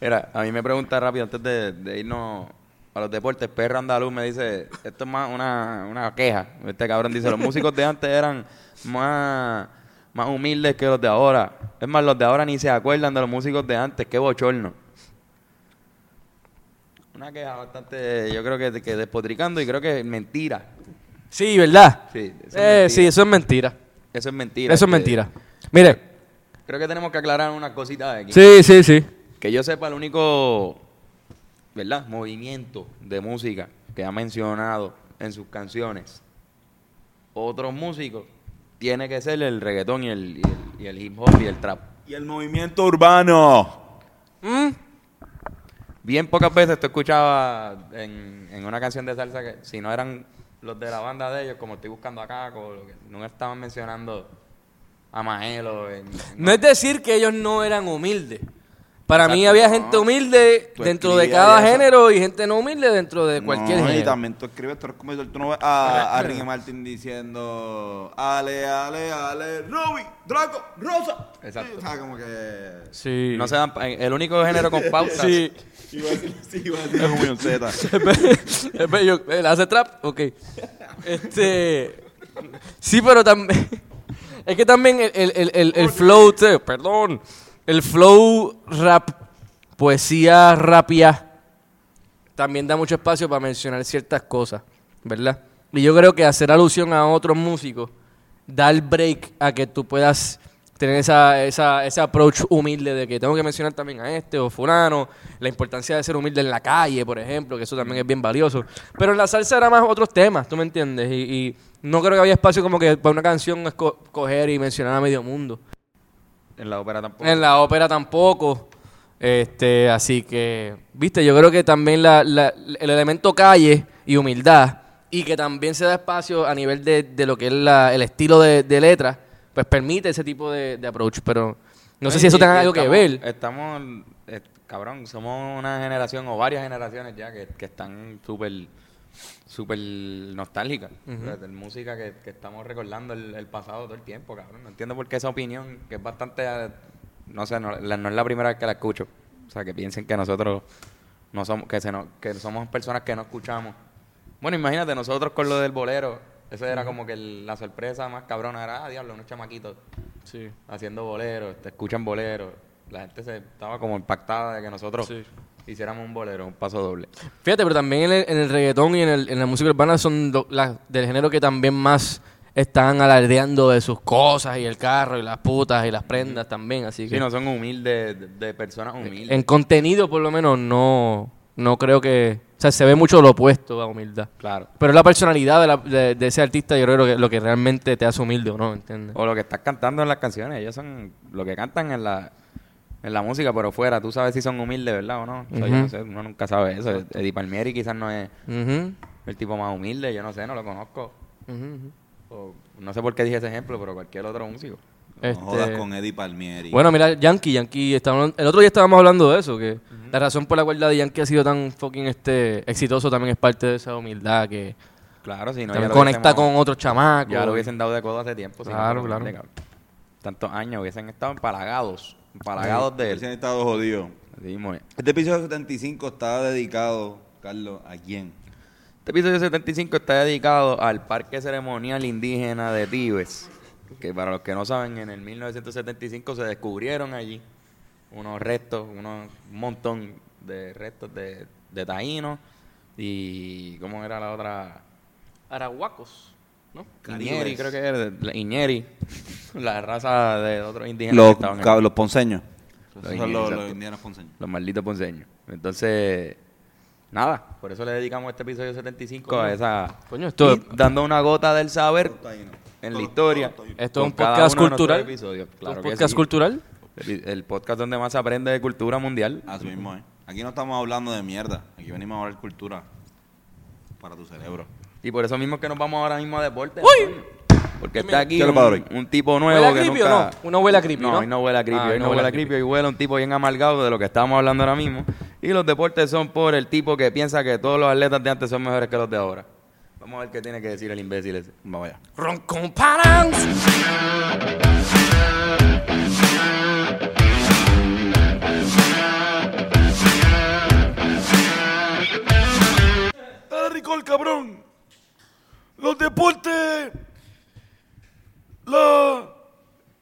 Speaker 1: Mira, a mí me pregunta rápido antes de, de irnos a los deportes. Perro Andaluz me dice: Esto es más una, una queja. Este cabrón dice: Los músicos de antes eran más, más humildes que los de ahora. Es más, los de ahora ni se acuerdan de los músicos de antes. Qué bochorno. Una queja bastante, yo creo que, que despotricando y creo que es mentira.
Speaker 2: Sí, ¿verdad?
Speaker 1: Sí, eso es
Speaker 2: Eh, sí,
Speaker 1: mentira. Eso
Speaker 2: eso es mentira.
Speaker 1: es mentira.
Speaker 2: Eso es
Speaker 1: que-
Speaker 2: mentira. Mire,
Speaker 1: Creo que tenemos que aclarar unas cositas aquí.
Speaker 2: sí, sí, sí.
Speaker 1: Que yo sepa, el único, ¿verdad? Movimiento de música que ha mencionado en sus canciones otros músicos tiene que ser el reggaetón y el, y el, y el hip hop y el trap.
Speaker 4: Y el movimiento urbano.
Speaker 1: Bien pocas veces tú escuchabas en, en una canción de salsa que si no eran los de la banda de ellos, como estoy buscando acá, no estaban mencionando a Maelo. en- en-
Speaker 2: No es decir que ellos no eran humildes. Para mí
Speaker 1: Exacto,
Speaker 2: había
Speaker 1: no.
Speaker 2: gente humilde
Speaker 4: Tú
Speaker 2: dentro de
Speaker 4: escribías
Speaker 2: cada
Speaker 4: esa-
Speaker 2: género y gente no humilde dentro de cualquier
Speaker 4: No, y
Speaker 2: género.
Speaker 4: también tú escribes, tú eres compositor, tú no ves a, a Ricky Martin diciendo, ale, ale, ale, Ruby, Draco, Rosa.
Speaker 1: Exacto.
Speaker 4: O sea, como que...
Speaker 2: Sí.
Speaker 1: No se dan, pa- el único género con pausa.
Speaker 2: Sí.
Speaker 4: Iba a decir, sí, iba a decir la Unión Z.
Speaker 2: Es *laughs* bello. ¿Él hace trap? Ok. Este. Sí, pero también. *laughs* Es que también el, el- el- el- el flow. te- Perdón. El flow rap. Poesía rapia. También da mucho espacio para mencionar ciertas cosas. ¿Verdad? Y yo creo que hacer alusión a otros músicos. Da el break a que tú puedas tener esa, esa, ese approach humilde de que tengo que mencionar también a este o fulano, la importancia de ser humilde en la calle, por ejemplo, que eso también es bien valioso. Pero en la salsa era más otros temas, ¿tú me entiendes? Y, y no creo que había espacio como que para una canción esco- coger y mencionar a medio mundo.
Speaker 1: En la ópera tampoco.
Speaker 2: En la ópera tampoco. Este, así que, viste, yo creo que también la- la- el elemento calle y humildad, y que también se da espacio a nivel de, de lo que es la- el estilo de, de letra, pues permite ese tipo de, de approach, pero no sé
Speaker 1: Oye,
Speaker 2: si eso
Speaker 1: Eh, y-
Speaker 2: tenga
Speaker 1: y
Speaker 2: algo que
Speaker 1: estamos-
Speaker 2: ver.
Speaker 1: Estamos eh, Cabrón, somos una generación o varias generaciones ya que, que están súper súper nostálgicas. O sea, de música que, que estamos recordando el, el pasado todo el tiempo, cabrón. No entiendo por qué esa opinión, que es bastante... eh, No sé, no, la- no es la primera vez que la escucho. O sea, que piensen que nosotros no somos... Que, se nos- que somos personas que no escuchamos. Bueno, imagínate, nosotros con lo del bolero, esa era como que el- la sorpresa más cabrona era, ah, diablo, unos chamaquitos
Speaker 7: Sí.
Speaker 1: haciendo boleros, te escuchan boleros. La gente se estaba como impactada de que nosotros
Speaker 7: Sí.
Speaker 1: hiciéramos un bolero, un paso doble.
Speaker 2: Fíjate, pero también en el, en el reggaetón y en, el- en la música urbana son do- las del género que también más están alardeando de sus cosas y el carro y las putas y las prendas también, así que...
Speaker 1: Sí, no son humildes, de, de personas humildes.
Speaker 2: en contenido, por lo menos, no, no creo que... O sea, se ve mucho lo opuesto a humildad.
Speaker 1: claro.
Speaker 2: Pero es la personalidad de, la- de- de ese artista, yo creo que lo que realmente te hace humilde, ¿o ¿no? ¿Entiendes?
Speaker 1: O lo que estás cantando en las canciones, ellos son lo que cantan en la, en la música, pero fuera, tú sabes si son humildes, ¿verdad? O no. O sea, yo
Speaker 2: Ujú.
Speaker 1: no sé, uno nunca sabe eso. Eddie Palmieri quizás no es
Speaker 2: Ujú,
Speaker 1: el tipo más humilde, yo no sé, no lo conozco.
Speaker 2: ujú, ujú.
Speaker 1: O- no sé por qué dije ese ejemplo, pero cualquier otro músico.
Speaker 4: No
Speaker 2: Este-
Speaker 4: jodas con Eddie Palmieri.
Speaker 2: Bueno, mira, Yankee, Yankee, estábamos- el otro día estábamos hablando de eso, que la razón por la cual de Yankee ha sido tan fucking este, exitoso también es parte de esa humildad que
Speaker 1: Claro, si no. ya
Speaker 2: también
Speaker 1: lo
Speaker 2: conecta
Speaker 1: hubiésemos-
Speaker 2: con otros chamacos.
Speaker 1: Ya lo hubiesen dado de codo hace tiempo. si no
Speaker 2: Claro,
Speaker 1: fuera grande,
Speaker 2: claro.
Speaker 1: cabrón. Tantos años hubiesen estado empalagados. Empalagados de
Speaker 4: Se
Speaker 1: él.
Speaker 4: han Este estado jodidos.
Speaker 1: Así mismo es.
Speaker 4: Este episodio 75 está dedicado, Carlos, ¿a quién?
Speaker 1: Este episodio 75 está dedicado al Parque Ceremonial Indígena de Tibes. Que para los que no saben, en el 1975 se descubrieron allí unos restos, unos un montón de restos de, de taínos. Y. ¿Cómo era la otra?
Speaker 6: Arahuacos. ¿No?
Speaker 4: Caribes.
Speaker 1: Iñeri, creo que era. la- Iñeri. *laughs* La raza de otros indígenas. que
Speaker 4: Los,
Speaker 1: estaban
Speaker 4: ca-
Speaker 1: ahí.
Speaker 4: los ponceños.
Speaker 1: Los
Speaker 4: Esos son
Speaker 1: indios,
Speaker 4: los,
Speaker 1: exacto.
Speaker 4: los indígenas ponceños.
Speaker 1: Los malditos ponceños. Entonces, nada, por eso le dedicamos este episodio 75 a esa...
Speaker 2: Coño, esto-
Speaker 1: y dando una gota del saber en la historia.
Speaker 2: Esto es
Speaker 1: con
Speaker 2: un
Speaker 1: cada
Speaker 2: podcast
Speaker 1: uno de nuestros
Speaker 2: cultural.
Speaker 1: episodios. Claro
Speaker 2: ¿Un
Speaker 1: que
Speaker 2: podcast
Speaker 1: sí.
Speaker 2: cultural?
Speaker 1: El, el podcast donde más se aprende de cultura mundial.
Speaker 4: Así mismo, ¿eh? Aquí no estamos hablando de mierda. Aquí venimos a hablar cultura para tu cerebro.
Speaker 1: Y por eso mismo es que nos vamos ahora mismo a deporte. coño. Porque está aquí
Speaker 4: ¿Qué le pasa
Speaker 1: un,
Speaker 4: hoy?
Speaker 1: un tipo
Speaker 2: ¿Huele a
Speaker 1: nuevo que
Speaker 2: creepy o
Speaker 1: nunca...
Speaker 2: no? Uno huele a creepy, ¿no?
Speaker 1: hoy no huele a creepy.
Speaker 2: Ah,
Speaker 1: hoy no huele a creepy. Hoy huele a un tipo bien amargado de lo que estábamos hablando ahora mismo. Y los deportes son por el tipo que piensa que todos los atletas de antes son mejores que los de ahora. Vamos a ver qué tiene que decir el imbécil ese.
Speaker 4: Vamos allá.
Speaker 2: Roncon Parans.
Speaker 8: Dale Ricol, cabrón. Los deportes. La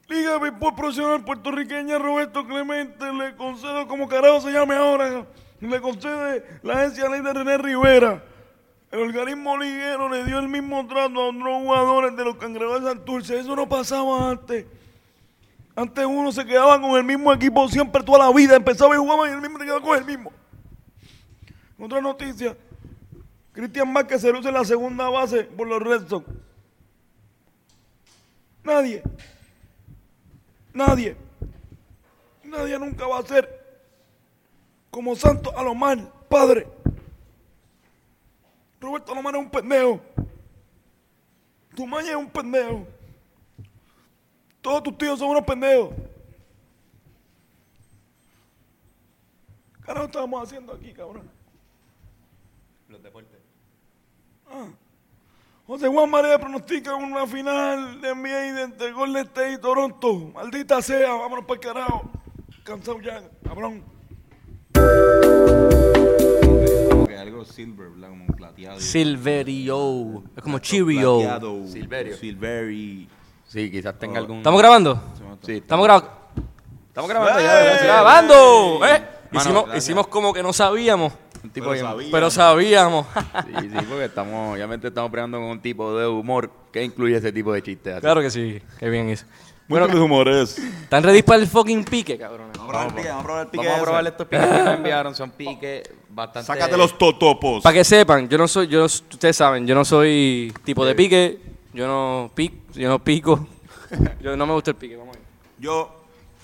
Speaker 8: Liga de Béisbol Profesional Puertorriqueña Roberto Clemente le concede, como carajo se llame ahora, le concede la agencia de ley de René Rivera. El organismo liguero le dio el mismo trato a otros jugadores de los cangrejos de Santurce. Eso no pasaba antes. Antes uno se quedaba con el mismo equipo siempre toda la vida. Empezaba y jugaba y el mismo se quedaba con el mismo. Otra noticia. Cristian Vázquez se luce en la segunda base por los Red Sox. Nadie. Nadie. Nadie nunca va a ser como Santos Alomar, padre. Roberto Alomar es un pendejo. Tu maña es un pendejo. Todos tus tíos son unos pendejos. ¿Qué carajo estábamos haciendo aquí, cabrón? Ah. José Juan Marea pronostica una final de NBA de entre Golden State y Toronto. Maldita sea, vámonos para el carajo. Cansado ya, cabrón.
Speaker 4: Como que algo silver, ¿verdad? Como un plateado.
Speaker 2: Silverio. Es como Cheerio.
Speaker 4: Plateado.
Speaker 1: Silverio.
Speaker 4: Silveri.
Speaker 1: Sí, quizás tenga algún...
Speaker 2: ¿Estamos grabando?
Speaker 1: Sí,
Speaker 2: Estamos grabando.
Speaker 1: estamos grabando ya. gracias.
Speaker 2: Ah, ¡Grabando! ¿eh? hicimos,
Speaker 4: gracias.
Speaker 2: hicimos como que no sabíamos,
Speaker 1: Un tipo
Speaker 4: Pero
Speaker 1: bien-
Speaker 4: sabía.
Speaker 2: pero sabíamos. *laughs*
Speaker 1: Sí, sí, porque estamos, obviamente estamos peleando con un tipo de humor que incluye ese tipo de chistes. así.
Speaker 2: claro que sí. Qué bien eso.
Speaker 8: Bueno, los humores.
Speaker 2: ¿Están ready para el fucking pique, cabrón?
Speaker 4: Vamos a probar el pique, vamos a probar el pique.
Speaker 1: Vamos a
Speaker 4: ese.
Speaker 1: probar estos piques que nos enviaron. Son piques bastante...
Speaker 8: Sácate los totopos.
Speaker 2: Para que sepan, yo no soy, yo, no- ustedes saben, yo no soy tipo de pique, yo no pico, yo no pico, yo no me gusta el pique, vamos a ver.
Speaker 4: Yo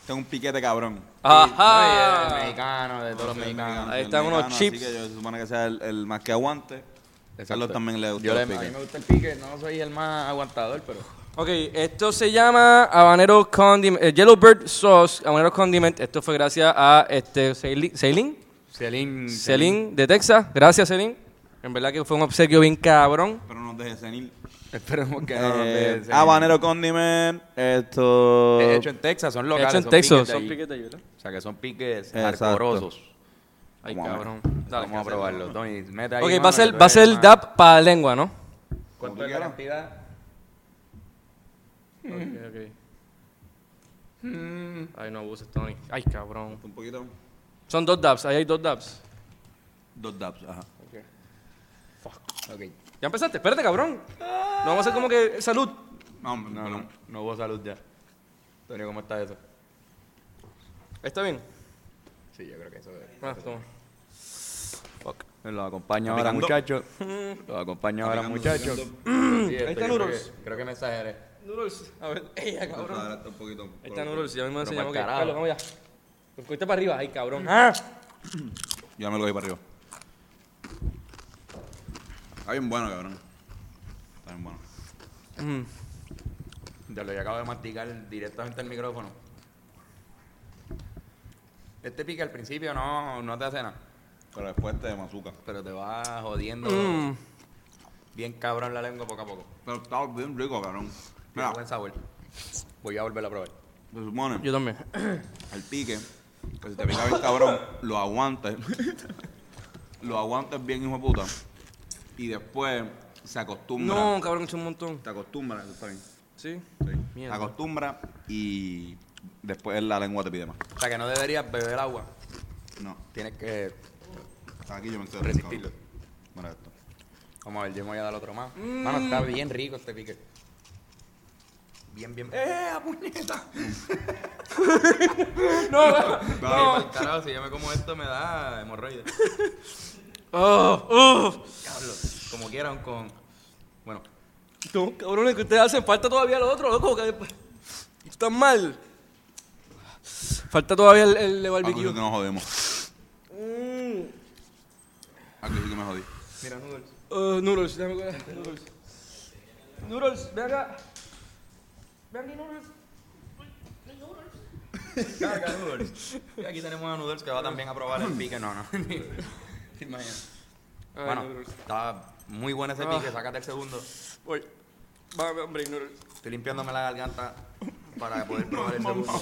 Speaker 4: tengo un piquete cabrón.
Speaker 1: Del
Speaker 2: ¡Ajá!
Speaker 1: mexicano, de todos los mexicanos.
Speaker 2: Ahí están unos
Speaker 4: Mexicano, así
Speaker 2: chips.
Speaker 4: que yo se supone que sea el, el más que aguante. Carlos también le gusta
Speaker 1: Yo le- a
Speaker 4: los
Speaker 1: mí
Speaker 4: piques.
Speaker 1: me gusta el pique, no soy el más aguantador, pero
Speaker 2: Ok, esto se llama habanero condiment, eh, Yellowbird Sauce, habanero condiment. Esto fue gracias a este Ceilin- Ceilin,
Speaker 1: Celín.
Speaker 2: Ceilin de Texas. Gracias, Ceilin. En verdad que fue un obsequio bien cabrón.
Speaker 4: Pero no dejes senil.
Speaker 1: Esperemos que no nos
Speaker 4: Eh,
Speaker 1: dejen.
Speaker 4: habanero condiment, esto...
Speaker 1: Es hecho en Texas, son locales.
Speaker 2: hecho en
Speaker 1: son
Speaker 2: Texas.
Speaker 1: piques de
Speaker 2: Son
Speaker 1: allí.
Speaker 2: piques de allí, ¿verdad?
Speaker 1: O sea que son piques ah,
Speaker 4: Exacto.
Speaker 1: arborosos.
Speaker 2: Ay,
Speaker 4: Vamos a ver.
Speaker 2: cabrón. Dale,
Speaker 1: Eh, Vamos a probarlo, Tony. Mete ahí.
Speaker 2: Ok, va
Speaker 1: mano,
Speaker 2: a ser,
Speaker 1: que
Speaker 2: va a ser
Speaker 1: tú eres más-
Speaker 2: DAP para lengua, ¿no?
Speaker 1: ¿Cuánto es la cantidad?
Speaker 2: Ay, no abuses, Tony. Ay, cabrón.
Speaker 4: Un poquito.
Speaker 2: Son dos DAPs, ahí hay dos DAPs.
Speaker 4: Dos dabs, ajá.
Speaker 2: Ya empezaste, espérate, cabrón. No vamos a hacer como que salud.
Speaker 4: No, no, no.
Speaker 1: No hubo salud ya. Tony, ¿cómo está eso?
Speaker 2: ¿Está bien?
Speaker 1: Sí, yo creo que eso es.
Speaker 2: Ah, toma.
Speaker 1: Lo acompaño ahora,
Speaker 4: picando.
Speaker 1: muchachos. *laughs* Lo acompaño ahora, muchachos. Sí, este, yo creo que- Creo que me exageré.
Speaker 2: Noodles, a ver, *laughs* ella, cabrón.
Speaker 4: Un poquito.
Speaker 2: Ahí está Noodles, ya mismo enseñamos que.
Speaker 1: pa'l carajo. Mm.
Speaker 2: Carlos, vamos ya. Lo cogiste para arriba, ay, cabrón. Ah,
Speaker 4: Ya me lo cogí para arriba. Está bien bueno, cabrón. Está bien bueno.
Speaker 1: Ya lo yo acabo de masticar directamente al micrófono. Este pique al principio no, no te hace nada,
Speaker 4: Pero después te de mazuca.
Speaker 1: pero te va jodiendo
Speaker 2: Mm.
Speaker 1: bien cabrón la lengua poco a poco.
Speaker 4: Pero está bien rico, cabrón.
Speaker 1: Tiene
Speaker 4: Mira,
Speaker 1: buen sabor. Voy a volverlo a probar.
Speaker 4: se supone
Speaker 2: yo también.
Speaker 4: al pique, que si te pica bien cabrón, lo aguantes. lo aguantes bien, hijo de puta. Y después se acostumbra.
Speaker 2: No, cabrón, eché un montón.
Speaker 4: Te acostumbra, está bien.
Speaker 2: Sí.
Speaker 4: Te
Speaker 2: Mierda.
Speaker 4: acostumbra y después la lengua te pide más.
Speaker 1: O sea que no deberías beber agua.
Speaker 4: No,
Speaker 1: Tienes que.
Speaker 4: aquí yo me quedo.
Speaker 1: Resistirlo.
Speaker 4: cabrón. Mira esto.
Speaker 1: Vamos a ver, yo me voy a dar otro más.
Speaker 2: Mm.
Speaker 1: Mano, está bien rico este pique. Bien, bien. ¡Eh, a puñeta!
Speaker 2: *laughs* No,
Speaker 1: No. carajo, si yo me como esto me da hemorroides.
Speaker 2: oh, oh.
Speaker 1: Diablo, como quieran con. Bueno,
Speaker 2: No, cabrones, que ustedes hacen falta todavía lo otro, loco. Que... Están mal. Falta todavía el,
Speaker 1: Ah,
Speaker 2: el de
Speaker 4: Aquí sí que
Speaker 1: pues
Speaker 2: barbecue. Mm.
Speaker 4: nos jodimos. Aquí sí que me jodí.
Speaker 1: mira, noodles.
Speaker 2: Uh, noodles, déjame coger. Noodles. Noodles, ven acá. Ven aquí, noodles.
Speaker 1: Carga, noodles. Y aquí tenemos a Noodles que va también a probar el pique. No, *laughs* no. Te imaginas.
Speaker 2: Ay,
Speaker 1: Bueno,
Speaker 2: noodles. Ah.
Speaker 1: está muy bueno ese pique. Sácate el segundo. Estoy
Speaker 2: Voy. Vamos, hombre, noodles.
Speaker 1: limpiándome la garganta para poder
Speaker 2: *laughs*
Speaker 1: probar el segundo.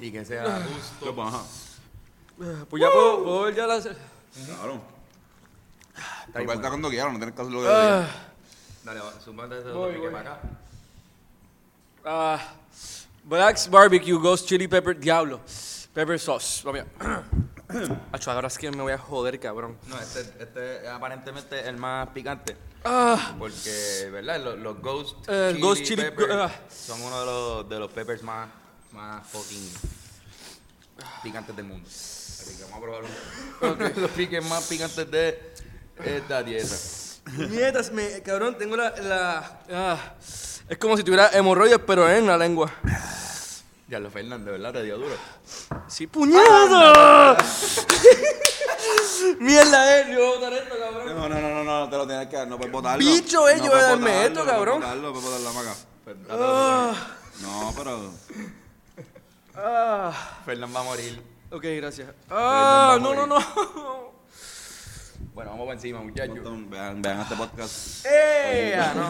Speaker 1: Y que sea a gusto.
Speaker 4: Yo, pues, ajá.
Speaker 2: Pues ya puedo, puedo ver ya las.
Speaker 4: Claro.
Speaker 1: Está bien
Speaker 4: Pero está
Speaker 1: bueno.
Speaker 4: cuando quieras, no tienes que hacer lo que yo
Speaker 1: Dale, va, súmate ese
Speaker 2: Voy,
Speaker 1: otro pique
Speaker 2: voy.
Speaker 1: para acá.
Speaker 2: Ah, Black's Barbecue Ghost Chili Pepper Diablo. Pepper Sauce. Vamos allá. *coughs* Acho, ahora es que me voy a joder, cabrón.
Speaker 1: No, este, este es aparentemente el más picante.
Speaker 2: Ah,
Speaker 1: Porque, ¿verdad? Los, los Ghost
Speaker 2: Eh,
Speaker 1: Chili,
Speaker 2: Ghost Chili-
Speaker 1: Peppers
Speaker 2: ah.
Speaker 1: son uno de los, de los peppers más, más fucking picantes del mundo. Así que vamos a probar uno de *laughs* los piques más picantes de esta dieta.
Speaker 2: nietas, me, cabrón, tengo la. la ah, es como si tuviera hemorroides, pero en la lengua.
Speaker 1: Ya lo Fernández, ¿verdad? Te dio duro.
Speaker 2: Sí, puñado. *laughs* Mierda, eh, yo voy a botar esto,
Speaker 4: diga.
Speaker 2: cabrón.
Speaker 4: No, no, no, no, no, te lo tienes que dar, no puedes botarlo.
Speaker 2: Bicho, eh, yo voy a darme
Speaker 4: botarlo,
Speaker 2: esto,
Speaker 4: no puedes
Speaker 2: cabrón.
Speaker 4: botarlo, No puedes botar la maca.
Speaker 2: Ah,
Speaker 4: No, pero...
Speaker 2: ah.
Speaker 1: Fernández va a morir.
Speaker 2: Ok, gracias. Ah, no, no, no.
Speaker 1: Bueno, vamos para encima, muchachos.
Speaker 4: Botón, Vean, vean este podcast.
Speaker 2: ¡Eh!
Speaker 1: Ya,
Speaker 4: *laughs*
Speaker 1: no.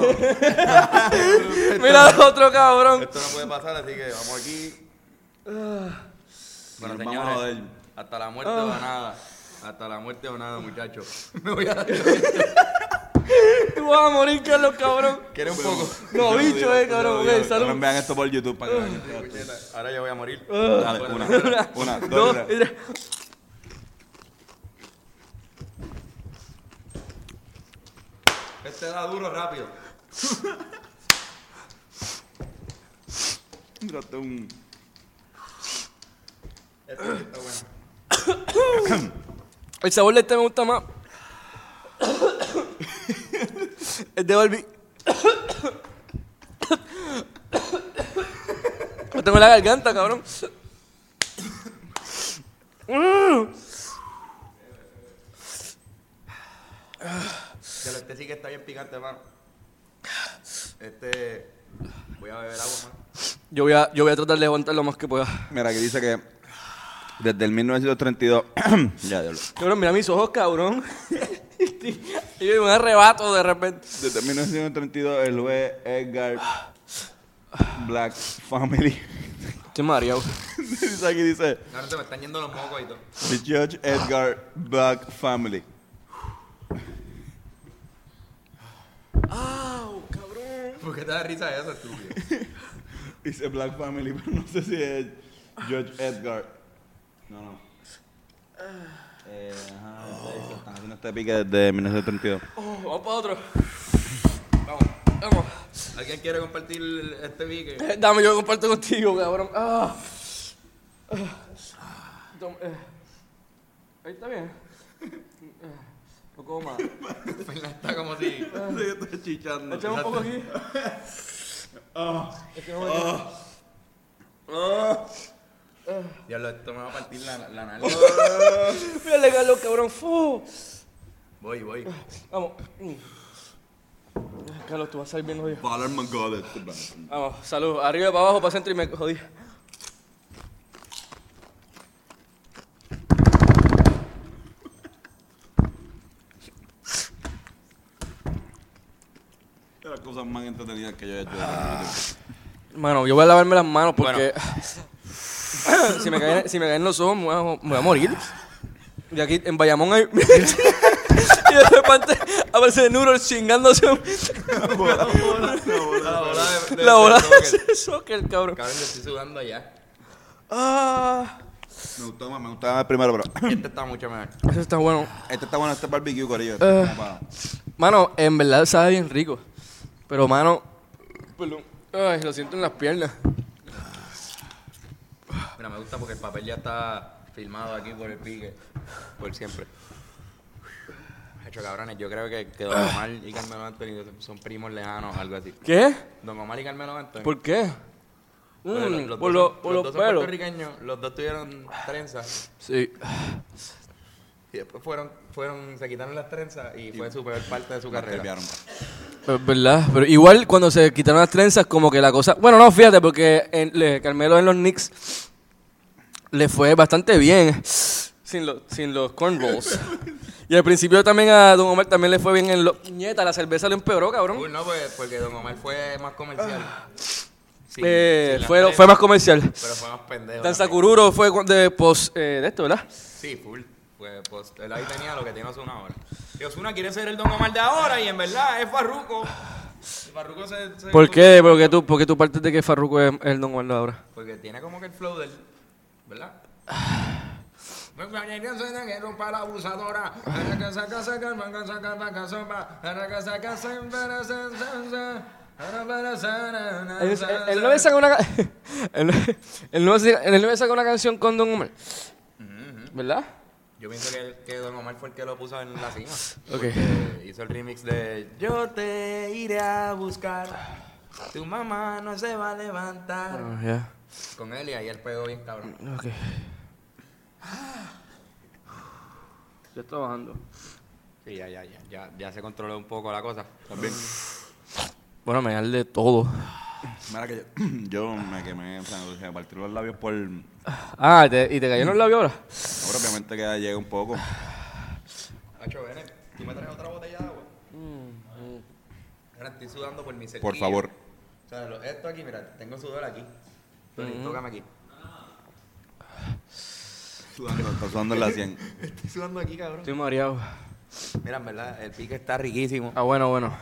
Speaker 2: Mira el otro cabrón.
Speaker 1: Esto no puede pasar, así que vamos aquí.
Speaker 2: Ah.
Speaker 1: Bueno,
Speaker 4: Nos
Speaker 1: señores,
Speaker 4: vamos a joder.
Speaker 1: hasta la muerte o nada. Hasta la muerte o nada, muchachos. Me voy a dar.
Speaker 2: Tú vas a morir, Carlos, cabrón.
Speaker 1: ¿Quieres un poco?
Speaker 2: No, bicho, eh,
Speaker 4: Pero,
Speaker 2: cabrón.
Speaker 4: vean,
Speaker 2: Ok, salud.
Speaker 4: Vean esto por YouTube para que vean.
Speaker 1: Puñeta, Ahora yo voy a morir.
Speaker 4: Dale, una, una, dos, tres.
Speaker 2: tres.
Speaker 1: Este da duro rápido.
Speaker 4: Tírate un-
Speaker 1: Este está bueno.
Speaker 2: El sabor de este me gusta más. El de Barbie. No tengo la garganta, cabrón.
Speaker 1: Ya lo- este sí que está bien picante, hermano. Este. Voy a beber agua, man.
Speaker 2: Yo voy, a, yo voy a tratar de aguantar lo más que pueda.
Speaker 4: Mira, que dice que desde el 1932. *clears throat* ya, diablo.
Speaker 2: Cabrón, mira mis ojos, cabrón. y yo un arrebato de repente.
Speaker 4: Desde 1932, el juez Edgar Black Family. *laughs*
Speaker 2: Estoy mareado.
Speaker 4: dice aquí, dice.
Speaker 1: Ahora se me están yendo los mocos y todo.
Speaker 4: The Judge Edgar Black Family.
Speaker 1: ¿Por qué te da risa eso, estúpido?
Speaker 4: Dice Black Family, *laughs* pero no sé si es Judge Edgar. No, no. Eh, ajá, este- están haciendo este pique desde 1932.
Speaker 2: Oh, vamos para otro.
Speaker 1: Vamos.
Speaker 2: Vamos.
Speaker 1: ¿Alguien quiere compartir este pique?
Speaker 2: Eh, Dame, yo comparto contigo, cabrón. Ah. Ah. Toma, eh. Ahí está bien. Ah, No como más. Eh.
Speaker 1: Fernan Pues está como si...
Speaker 2: Echame un poco aquí.
Speaker 1: Diablo, esto me va a partir la, la nariz.
Speaker 2: Mírale, Galo, cabrón. Fu.
Speaker 1: Voy, voy.
Speaker 2: Vamos. Mm. Ah, Carlos, tú vas a salir bien jodido.
Speaker 4: Valor Mongolet.
Speaker 1: este
Speaker 2: Vamos, salud. Arriba, para abajo, para centro y me jodí.
Speaker 4: De las cosas más entretenidas que yo he hecho. Ah.
Speaker 2: Mano, yo voy a lavarme las manos
Speaker 1: porque-
Speaker 2: porque. *laughs* si, me caen, si me caen los ojos, me voy a, me voy a morir. Y aquí en Bayamón hay. *laughs* y de repente aparece Nuro chingándose
Speaker 1: La bola de... de-
Speaker 2: la
Speaker 1: de
Speaker 2: bola
Speaker 1: soccer.
Speaker 2: de soccer, cabrón.
Speaker 1: Cabrón, yo estoy sudando allá.
Speaker 2: Ah,
Speaker 4: Me gustó más, me gustaba más el primero, pero.
Speaker 2: *coughs*
Speaker 1: Este está mucho mejor.
Speaker 2: eso está bueno.
Speaker 4: Este está bueno, este es barbecue, corillo.
Speaker 2: Eh.
Speaker 4: Como para-
Speaker 2: Mano, en verdad sabe bien rico. Pero, mano. perdón. Ay, lo siento en las piernas.
Speaker 1: Mira, me gusta porque el papel ya está filmado aquí por el pique. Por siempre. De hecho, cabrones, yo creo que, que Don Omar y Carmelo Anthony son primos lejanos o algo así.
Speaker 2: ¿Qué?
Speaker 1: Don Omar y Carmelo Anthony.
Speaker 2: ¿Por qué?
Speaker 1: Porque
Speaker 2: Mm,
Speaker 1: los- los dos
Speaker 2: por los,
Speaker 1: son-
Speaker 2: por
Speaker 1: los
Speaker 2: los
Speaker 1: dos son
Speaker 2: pelos.
Speaker 1: puertorriqueños, los dos tuvieron trenzas.
Speaker 2: Sí.
Speaker 1: Y después fueron, fueron, se quitaron las trenzas y fue su peor parte de su carrera.
Speaker 4: Cambiaron.
Speaker 2: Es Pues, verdad, pero igual cuando se quitaron las trenzas, como que la cosa. Bueno, no, fíjate, porque en- le- Carmelo en los Knicks le fue bastante bien sin, los sin los cornballs. y al principio también a Don Omar también le fue bien en los. Nieta, la cerveza lo empeoró, cabrón. Ah.
Speaker 1: Uy, no, pues, porque Don Omar fue más comercial. Sí,
Speaker 2: Eh,
Speaker 1: sí, las
Speaker 2: fue,
Speaker 1: trenzas,
Speaker 2: fue más comercial.
Speaker 1: Pero fue más pendejo.
Speaker 2: Danza
Speaker 1: también.
Speaker 2: Cururo fue cu- de, post, eh, de esto, ¿verdad?
Speaker 1: Sí, full. Pues, pues, él ahí tenía lo que tiene Osuna ahora. Y Osuna quiere ser el Don Omar de ahora y en verdad es Farruko. Y Farruko se, se-
Speaker 2: ¿Por qué? Porque tú, porque tú partes de que Farruko es el Don Omar de ahora.
Speaker 1: Porque tiene como que el flow del... ¿Verdad? Me extrañaría ser de que rompa la abusadora. Arranca, saca, saca, arranca, saca, saca, sopa. Arranca, saca, saca, para, sa, sa, sa. Ara, para, sa, na, na,
Speaker 2: Él,
Speaker 1: sa, sa.
Speaker 2: él no había sacado una ca- *laughs* él, no- él no había- él no había sacado una canción con Don Omar. ¿Verdad?
Speaker 1: Yo pienso que, que Don Omar fue el que lo puso en la cima.
Speaker 2: Ok.
Speaker 1: Eh, hizo el remix de Yo te iré a buscar. Tu mamá no se va a levantar.
Speaker 2: Ah, ya.
Speaker 1: Con él y ahí él pegó bien cabrón.
Speaker 2: Ok. Ya está bajando.
Speaker 1: Sí, ya, ya, ya, ya, ya se controló un poco la cosa. También.
Speaker 2: Bueno, me da de todo.
Speaker 4: Mira que yo, yo *coughs* me quemé, o sea, me partí los labios por. Ahora
Speaker 2: Ah, ¿te- ¿y te cayeron los labios ahora?
Speaker 4: obviamente que llega un poco.
Speaker 1: Hacho, ven, ¿tú me traes otra botella de agua?
Speaker 2: Mm,
Speaker 1: Ahora estoy sudando por mi cerquillo.
Speaker 4: Por favor.
Speaker 1: O sea, lo- esto aquí, mira, tengo sudor aquí. Tony,
Speaker 2: Mm-hmm.
Speaker 1: tócame aquí.
Speaker 4: Sudando, está sudando en la 100.
Speaker 1: Estoy sudando aquí, cabrón.
Speaker 2: Estoy mareado.
Speaker 1: Mira, en verdad, el pique está riquísimo.
Speaker 2: Ah, bueno, bueno.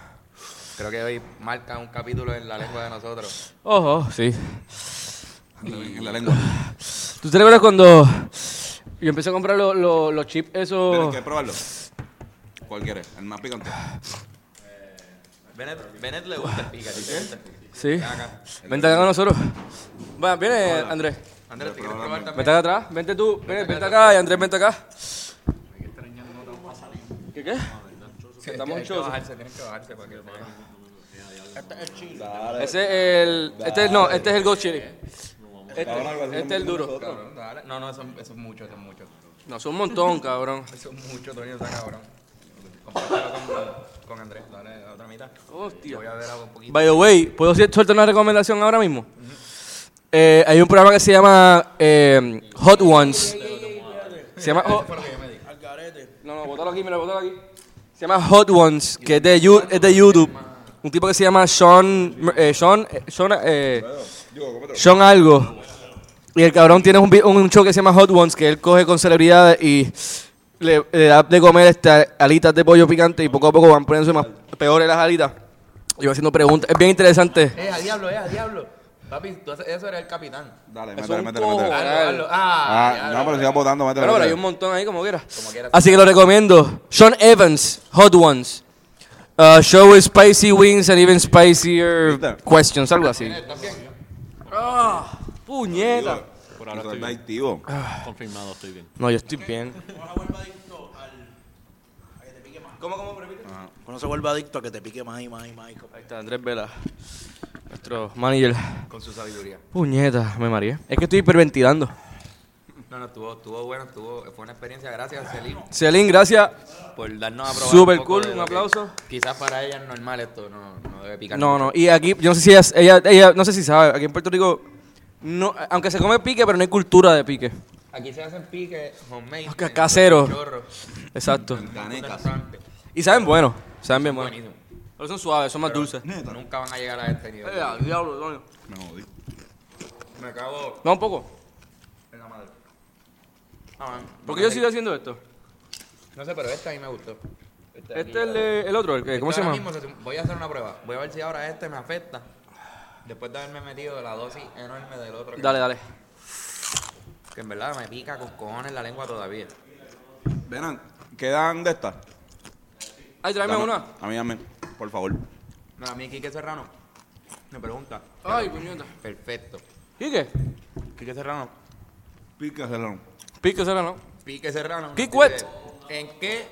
Speaker 1: Creo que hoy marca un capítulo en la lengua de nosotros.
Speaker 2: Oh, oh, sí.
Speaker 4: En la lengua.
Speaker 2: ¿Tú te recuerdas cuando yo empecé a comprar lo- lo- los chips
Speaker 4: Tienes
Speaker 2: esos?
Speaker 4: que probarlo. ¿Cuál quieres? El más picante.
Speaker 1: Bennett, Bennett le gusta el pique. ¿a ti te gusta el pique?
Speaker 2: Sí. Vente acá con nosotros. Va, viene Andrés.
Speaker 1: Andrés, ¿te quieres probar también?
Speaker 2: Vente acá atrás. Vente tú. Vente, vente acá y Andrés, vente acá. ¿Qué qué?
Speaker 1: Sí,
Speaker 2: estamos
Speaker 1: hay que
Speaker 2: chosos.
Speaker 1: bajarse, tienen que bajarse para que se vean.
Speaker 2: Ese es el. Este es- no, este es el Go Chili. Este, este es el duro.
Speaker 1: Cabrón, dale. No, no, eso, eso es mucho, eso es mucho.
Speaker 2: No, son un montón, cabrón.
Speaker 1: Eso es mucho, Tony, está cabrón. Compártelo con, con Andrés, dale la otra mitad. Yo
Speaker 2: Hostia.
Speaker 1: voy a ver algo un poquito.
Speaker 2: By the way, ¿puedo hacer- soltar una recomendación ahora mismo? Eh, hay un programa que se llama eh, Hot Ones. Se llama Hot... No, no, bótalo aquí, mira, bótalo aquí. Se llama Hot Ones, que es de, Yu- es de YouTube. Un tipo que se llama Sean... eh, Sean... eh, Sean... eh, Sean algo. Y el cabrón tiene un, vi- un show que se llama Hot Ones, que él coge con celebridades y le, le da de comer estas alitas de pollo picante y poco a poco van poniéndose más peores las alitas. Y va haciendo preguntas. Es bien interesante.
Speaker 1: Eh, a diablo, eh, a diablo. Papi, tú haces- eso era el capitán.
Speaker 4: Dale,
Speaker 2: Eso
Speaker 4: métele,
Speaker 2: es un
Speaker 4: métele, métele.
Speaker 2: cojo.
Speaker 1: Hazlo, hazlo. Ah,
Speaker 4: Ah,
Speaker 1: diablo.
Speaker 4: no, pero sigas votando, métele.
Speaker 2: Bueno, pero hay
Speaker 4: métele.
Speaker 2: un montón ahí, como quiera.
Speaker 1: quiera.
Speaker 2: Así que lo recomiendo. Sean Evans, Hot Ones. Uh, show is spicy wings and even spicier
Speaker 4: ¿Viste?
Speaker 2: questions, algo así. Ah, puñeta.
Speaker 7: Por ahora
Speaker 4: Eso
Speaker 7: estoy
Speaker 4: está
Speaker 7: bien.
Speaker 4: activo.
Speaker 2: Ah.
Speaker 7: Confirmado, estoy bien.
Speaker 2: No, yo estoy bien.
Speaker 9: Uno se vuelve adicto a que te pique más y más y más. y como-
Speaker 2: Ahí está Andrés Vela, nuestro manager.
Speaker 1: Con su sabiduría.
Speaker 2: Puñeta, me mareé. Es que estoy hiperventilando.
Speaker 1: No, no, estuvo, estuvo bueno, estuvo, fue una experiencia. Gracias, Celine,
Speaker 2: Celine, gracias.
Speaker 1: por darnos a probar.
Speaker 2: Super
Speaker 1: un poco
Speaker 2: cool,
Speaker 1: de
Speaker 2: un
Speaker 1: lo que-
Speaker 2: aplauso.
Speaker 1: Quizás para ella es normal esto, no, no debe picar.
Speaker 2: No,
Speaker 1: mucho.
Speaker 2: no, y aquí, yo no sé si ella, ella, ella- no sé si sabe, aquí en Puerto Rico, no, aunque se come pique, pero no hay cultura de pique.
Speaker 1: Aquí se hacen piques homemade.
Speaker 2: Acá- casero.
Speaker 1: Chorro.
Speaker 2: Exacto.
Speaker 4: Canecas.
Speaker 2: Y saben bueno, saben bien bueno.
Speaker 1: Buenísimo.
Speaker 2: Pero son suaves, son más dulces. Eh,
Speaker 1: Nunca van a llegar a este nivel.
Speaker 2: diablo, Antonio.
Speaker 4: Me jodí.
Speaker 1: Me acabo
Speaker 2: No, un poco.
Speaker 1: en la madre. Ah, man.
Speaker 2: ¿Por qué yo sigo haciendo esto?
Speaker 1: No sé, pero este a mí me gustó. Este, de aquí.
Speaker 2: Este es el, de- el otro, el que, ¿cómo
Speaker 1: Este
Speaker 2: se
Speaker 1: ahora
Speaker 2: llama?
Speaker 1: mismo se- voy a hacer una prueba. Voy a ver si ahora este me afecta. Después de haberme metido la dosis enorme del otro. que-
Speaker 2: Dale, dale.
Speaker 1: Que en verdad me pica con cojones la lengua todavía.
Speaker 4: Venan, ¿quedan de estas?
Speaker 2: Ay, tráeme
Speaker 4: Dame-
Speaker 2: una.
Speaker 4: A mí dame, por favor.
Speaker 1: No, a mí Quique Serrano me pregunta.
Speaker 2: Ay, puñeta.
Speaker 1: Perfecto.
Speaker 2: ¿Quique?
Speaker 1: Quique Serrano.
Speaker 4: Pica, Celón.
Speaker 2: Pique, será, ¿no?
Speaker 1: Quique Serrano. nos
Speaker 2: Quique.
Speaker 1: dice, ¿En qué?